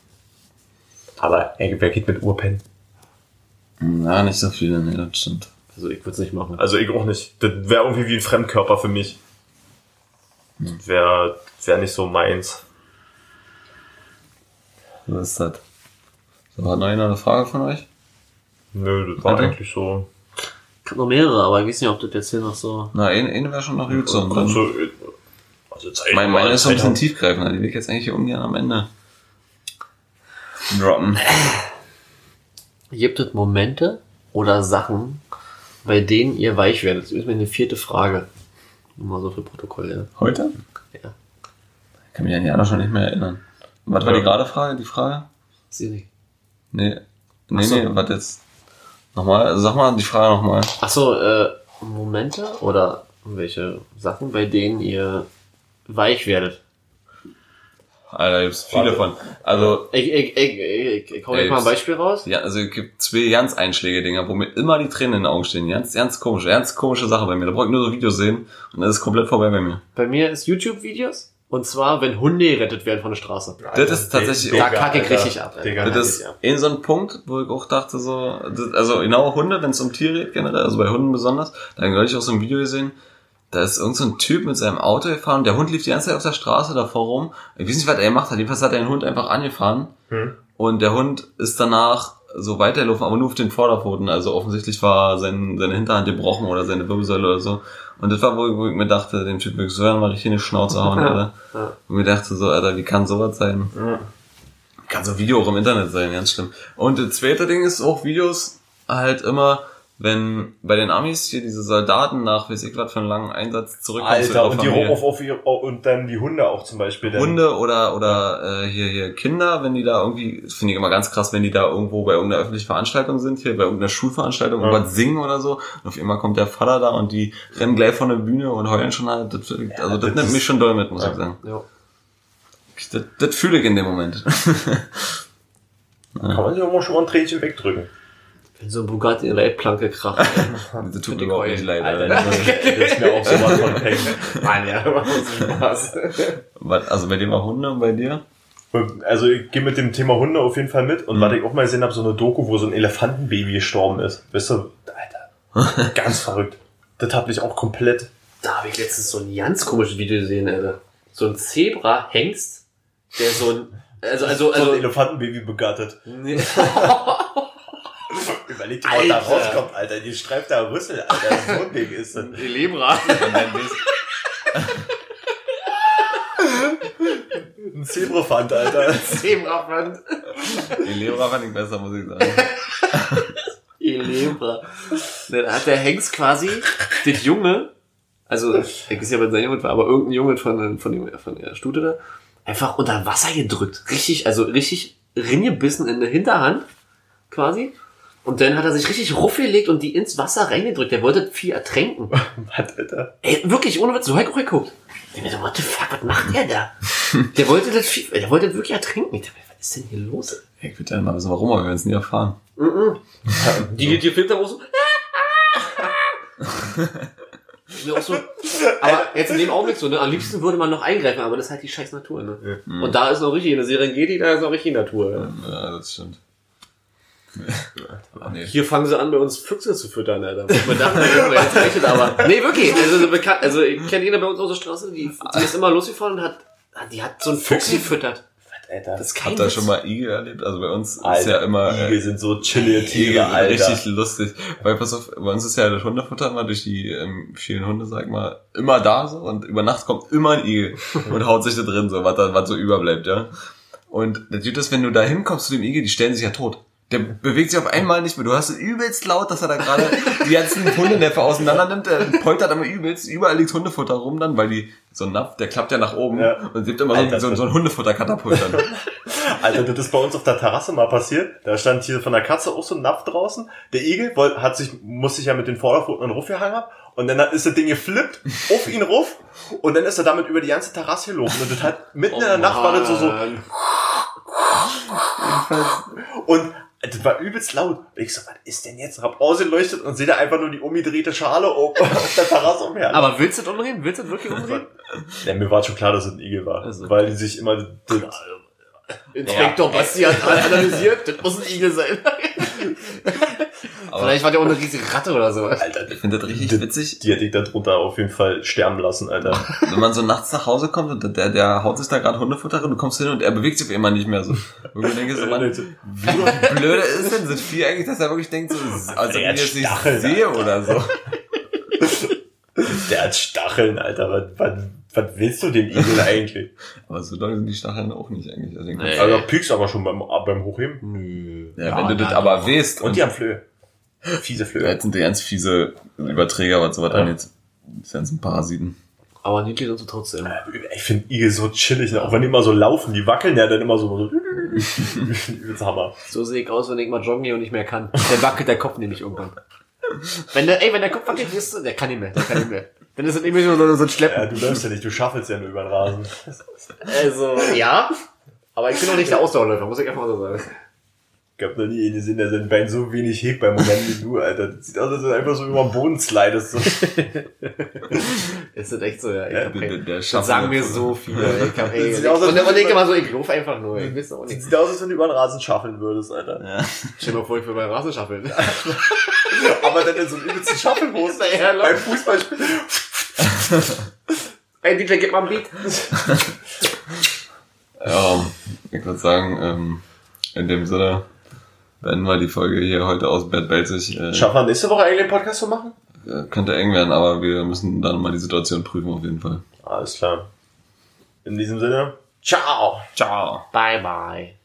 B: Aber ey, wer geht mit Uhr pennen?
C: Na, nicht so viele, nee, das stimmt.
A: also ich würde es nicht machen.
B: Also ich auch nicht. Das wäre irgendwie wie ein Fremdkörper für mich.
C: Hm.
B: Wäre wär nicht so meins.
C: So ist das. So, hat noch jemand eine Frage von euch?
B: Nö, das war
C: Warte.
B: eigentlich so.
A: Ich hab noch mehrere, aber ich weiß nicht, ob das jetzt hier noch so...
C: Na, eine, eine wäre schon noch gut so. Und dann-
B: so äh, also Zeit,
C: Mein, meine ist halt so
B: Zeit
C: ein bisschen tiefgreifender, die will ich jetzt eigentlich ungern am Ende droppen.
A: Gibt es Momente oder Sachen, bei denen ihr weich werdet? Das ist mir eine vierte Frage. Nur mal so für Protokoll, ja.
C: Heute?
A: Ja.
C: Ich kann mich an die andere schon nicht mehr erinnern. Was war
B: Ja.
C: die gerade Frage? Die Frage?
A: Sie nicht.
C: Nee. Nee,
A: so.
C: nee, was jetzt? Nochmal, Also sag mal die Frage nochmal.
A: Achso, äh, Momente oder welche Sachen, bei denen ihr weich werdet?
C: Alter, gibt's viele von. Also,
A: Ich, ich, ich, ich, ich, ich hau
C: Ey,
A: jetzt mal ein
C: das-
A: Beispiel raus.
C: ja, also es gibt zwei ganz Einschläge-Dinger, wo mir immer die Tränen in den Augen stehen. Ganz, ganz komische, ganz komische Sache bei mir. Da brauche ich nur so Videos sehen und dann ist es komplett vorbei bei mir.
A: Bei mir ist YouTube-Videos. Und zwar, wenn Hunde gerettet werden von der Straße.
C: Das ist tatsächlich
A: Da kacke ich richtig ab.
B: Digga,
C: Das ist eben so ein Punkt, wo ich auch dachte, so, das, also genau Hunde, wenn es um Tiere geht, generell, also bei Hunden besonders, da habe ich neulich auch so ein Video gesehen, da ist irgend so ein Typ mit seinem Auto gefahren, der Hund lief die ganze Zeit auf der Straße davor rum. Ich weiß nicht, was er gemacht hat, jedenfalls hat er den Hund einfach angefahren
B: Hm.
C: und der Hund ist danach so weitergelaufen, aber nur auf den Vorderpfoten, also offensichtlich war sein, seine Hinterhand gebrochen oder seine Wirbelsäule oder so. Und das war, wo ich, wo ich mir dachte, dem Typ wirklich so, ja, mal richtig eine Schnauze hauen, Alter.
A: Ja.
C: Und mir dachte so, Alter, wie kann sowas sein? Kann so ein Video auch im Internet sein, ganz schlimm. Und das zweite Ding ist auch Videos halt immer, wenn bei den Amis hier diese Soldaten nach, weiß ich grad für einen langen Einsatz zurückkommen zu
B: Alter,
C: ihrer
B: und die
C: Familie.
B: auf, auf, ihre- und dann die Hunde auch zum Beispiel. dann-
C: Hunde oder oder äh, hier hier Kinder, wenn die da irgendwie, das finde ich immer ganz krass, wenn die da irgendwo bei irgendeiner öffentlichen Veranstaltung sind, hier bei irgendeiner Schulveranstaltung,
B: Ja.
C: irgendwas singen oder so, und auf einmal kommt der Vater da und die rennen gleich von der Bühne und heulen schon halt, das, also das,
B: das
C: nimmt
B: ist-
C: mich schon doll mit, muss
B: Ja.
C: ich sagen.
A: Ja.
C: Ich- Das, das fühle ich in dem Moment.
B: Kann man sich auch mal schon mal ein Tränchen wegdrücken.
A: Wenn so ein Bugatti in der Eckplanke kracht.
C: [laughs] das tut
A: Find
C: mir
A: ich
C: überhaupt
A: heul.
C: nicht leid.
B: Alter,
C: Alter.
B: das [laughs] ist mir auch sowas von hängen.
A: Mann, ja, macht uns Spaß.
C: Was, also bei dir war Hunde und bei dir?
B: Und Also ich gehe mit dem Thema Hunde auf jeden Fall mit.
C: Hm.
B: Und was ich auch mal gesehen habe, so eine Doku, wo so ein Elefantenbaby gestorben ist. Weißt du,
C: [laughs]
B: Alter, ganz verrückt. Das hab ich auch komplett.
A: [laughs] Da habe ich letztens so ein ganz komisches Video gesehen, Alter. So ein Zebra-Hengst, der so ein. Also, also,
B: so ein
A: also.
B: Elefantenbaby begattet.
A: Nee.
B: Überleg dir, was da
A: Alter.
B: rauskommt, Alter. Die streift da Rüssel, Alter. So ein Ding ist das.
A: Die Lebra.
B: Ein Zebrafant, Alter.
A: Zebrafand.
C: Die Leber fand ich besser, muss ich sagen.
A: Die Lebra. Dann hat der Hengst quasi das Junge, also ich weiß ja, wenn sein Junge war, aber irgendein Junge von, von, dem, von der Stute da, einfach unter Wasser gedrückt. Richtig, also richtig ringebissen in der Hinterhand quasi. Und dann hat er sich richtig ruffgelegt und die ins Wasser reingedrückt. Der wollte das Vieh ertränken.
B: Was, Alter?
A: Ey, wirklich, ohne Witz, so hab ich auch geguckt. Ich mir so, what the fuck, was macht der da? Der wollte das Vieh, der wollte das wirklich ertränken. Ich dachte, mir, was ist denn hier los?
C: Ich würde ja mal wissen, also warum, aber wir werden es nie erfahren.
A: Die geht hier filter auch so. Mir auch so. Aber jetzt in dem Augenblick so, ne? Am liebsten würde man noch eingreifen, aber das ist halt die scheiß Natur, ne? Und da ist noch richtig, in der Serie geht die, da ist noch richtig Natur. Ja.
C: Ja, das stimmt. Ah, [laughs] nee.
A: Hier fangen sie an, bei uns Füchse zu füttern, Alter. Wo Ich mir dachte, da wir jetzt rechnet, aber. Nee, wirklich. Also, so bekannt, also ich kenne jeder bei uns auf der Straße, die, die ist immer losgefahren und hat, die hat so einen Fuchs gefüttert.
B: Alter.
A: Das ist kein
C: Habt ihr
A: Witz.
C: schon mal Igel erlebt? Also bei uns ist
B: Alter,
C: ja immer... äh,
B: Igel sind so chillige
C: Igel
B: Tiere,
C: sind
B: Alter.
C: Richtig lustig. Weil pass auf, bei uns ist ja das Hundefutter immer durch die ähm, vielen Hunde, sag ich mal, immer da so und über Nacht kommt immer
B: [laughs]
C: ein Igel und haut sich da drin, so was, da, was so überbleibt, ja. Und das Gute ist, wenn du da hinkommst zu dem Igel, die stellen sich ja tot. Der bewegt sich auf einmal nicht mehr. Du hörst es übelst laut, dass er
B: [laughs]
C: da gerade die ganzen Hundenäpfe auseinander nimmt. Der poltert immer übelst. Überall liegt Hundefutter rum dann, weil die, so ein Napf, der klappt ja nach oben
B: Ja.
C: und gibt immer
B: Alter,
C: so, so, so ein Hundefutterkatapult
B: [laughs]
C: dann.
B: [laughs] Alter, das ist bei uns auf der Terrasse mal passiert. Da stand hier von der Katze auch so ein Napf draußen. Der Igel wollte, hat sich, muss sich ja mit den Vorderpfoten einen Ruf gehangen haben. Und dann ist das Ding
C: [laughs]
B: geflippt, auf ihn ruf. Und dann ist er damit über die ganze Terrasse gelaufen. Und das hat mitten
C: Oh
B: in [laughs] der Nacht war das so, so,
A: Oh Mann.
B: und das war übelst laut. Und ich so, was ist denn jetzt? Hab ausgeleuchtet und sehe da einfach nur die umgedrehte Schale auf, auf der Terrasse umher.
A: Aber willst du das umdrehen? Willst du das wirklich umdrehen?
B: ja, mir war schon klar, dass es ein Igel war.
C: Also-
B: weil die sich immer, das,
A: Inspektor Basti hat analysiert, das muss ein Igel sein.
C: Aber-
A: Vielleicht war der auch eine riesige Ratte oder sowas.
B: Alter,
C: Ich finde das richtig witzig.
B: die hätte ich da drunter auf jeden Fall sterben lassen, Alter.
C: [laughs] wenn man so nachts nach Hause kommt und der, der haut sich da gerade Hundefutter rein, du kommst hin und er bewegt sich auf einmal nicht mehr so. Und du denkst so, Mann, wie blöde ist denn das Vieh eigentlich, dass er wirklich denkt, so, als ob ich
B: Der hat
C: jetzt nicht
B: Stacheln,
C: sehe oder so.
B: Der hat Stacheln, Alter. Was, was, was willst du dem Igel eigentlich?
C: Aber so doll sind die Stacheln auch nicht eigentlich. Also,
A: Nee.
B: Also piekst aber schon beim, beim Hochheben. Nö.
C: ja,
A: Ja,
C: wenn du
A: na
C: das aber
A: doch.
C: weißt,
B: Und die haben Flöhe. Fiese Flöhe.
C: das sind die ganz fiese Überträger, was sowas
B: Ja.
C: angeht. Die ganzen Parasiten.
A: Aber niedlich und so trotzdem.
B: Ich finde Igel so chillig, ne? auch wenn die immer so laufen. Die wackeln ja dann immer so. so. Übelst Hammer.
A: So sehe ich aus, wenn ich mal joggen gehe und nicht mehr kann. Dann wackelt der Kopf nämlich irgendwann. Wenn der, ey, wenn der Kopf wackelt, ist der kann nicht mehr, der kann nicht mehr. Dann ist das irgendwie so, so ein
B: Ja,
A: Schleppen.
B: du läufst ja nicht, du schaffelst ja nur über den Rasen.
A: Also, ja. Aber ich bin auch nicht der Ausdauerläufer, muss ich einfach mal so sagen.
B: Ich hab noch nie einen gesehen, der sein Bein so wenig hebt beim Moment wie du, Alter. Das sieht aus, als wenn du einfach so über den Boden slidest. So.
A: Ist das echt so, ja. Ich
C: Der,
A: hab
C: der,
A: kein,
C: der schafft
A: das sagen
C: das.
A: mir so viele. Ich hab, ey,
B: Das sieht
A: ich,
B: aus, als
A: und, und
B: wenn-
A: ich immer so, ich lauf einfach nur. Ich weiß auch
B: Das
A: nicht.
B: sieht aus, als wenn du über den Rasen schaffeln würdest, Alter.
C: Ja.
A: Stell dir mal vor, ich will bei Rasen schaffeln.
B: Aber dann in so einem übelsten Schaffelbus
A: Ja, locker.
B: beim Fußballspiel.
A: Ey, DJ, gib mal ein Beat.
C: Ja, ähm, ich würde sagen, ähm, in dem Sinne beenden wir die Folge hier heute aus Bad Belzig. Äh,
B: Schaffen wir nächste Woche eigentlich einen Podcast zu machen?
C: äh, könnte eng werden, aber wir müssen dann mal die Situation prüfen auf jeden Fall.
B: Alles klar. In diesem Sinne, ciao!
C: Ciao.
A: Bye, bye.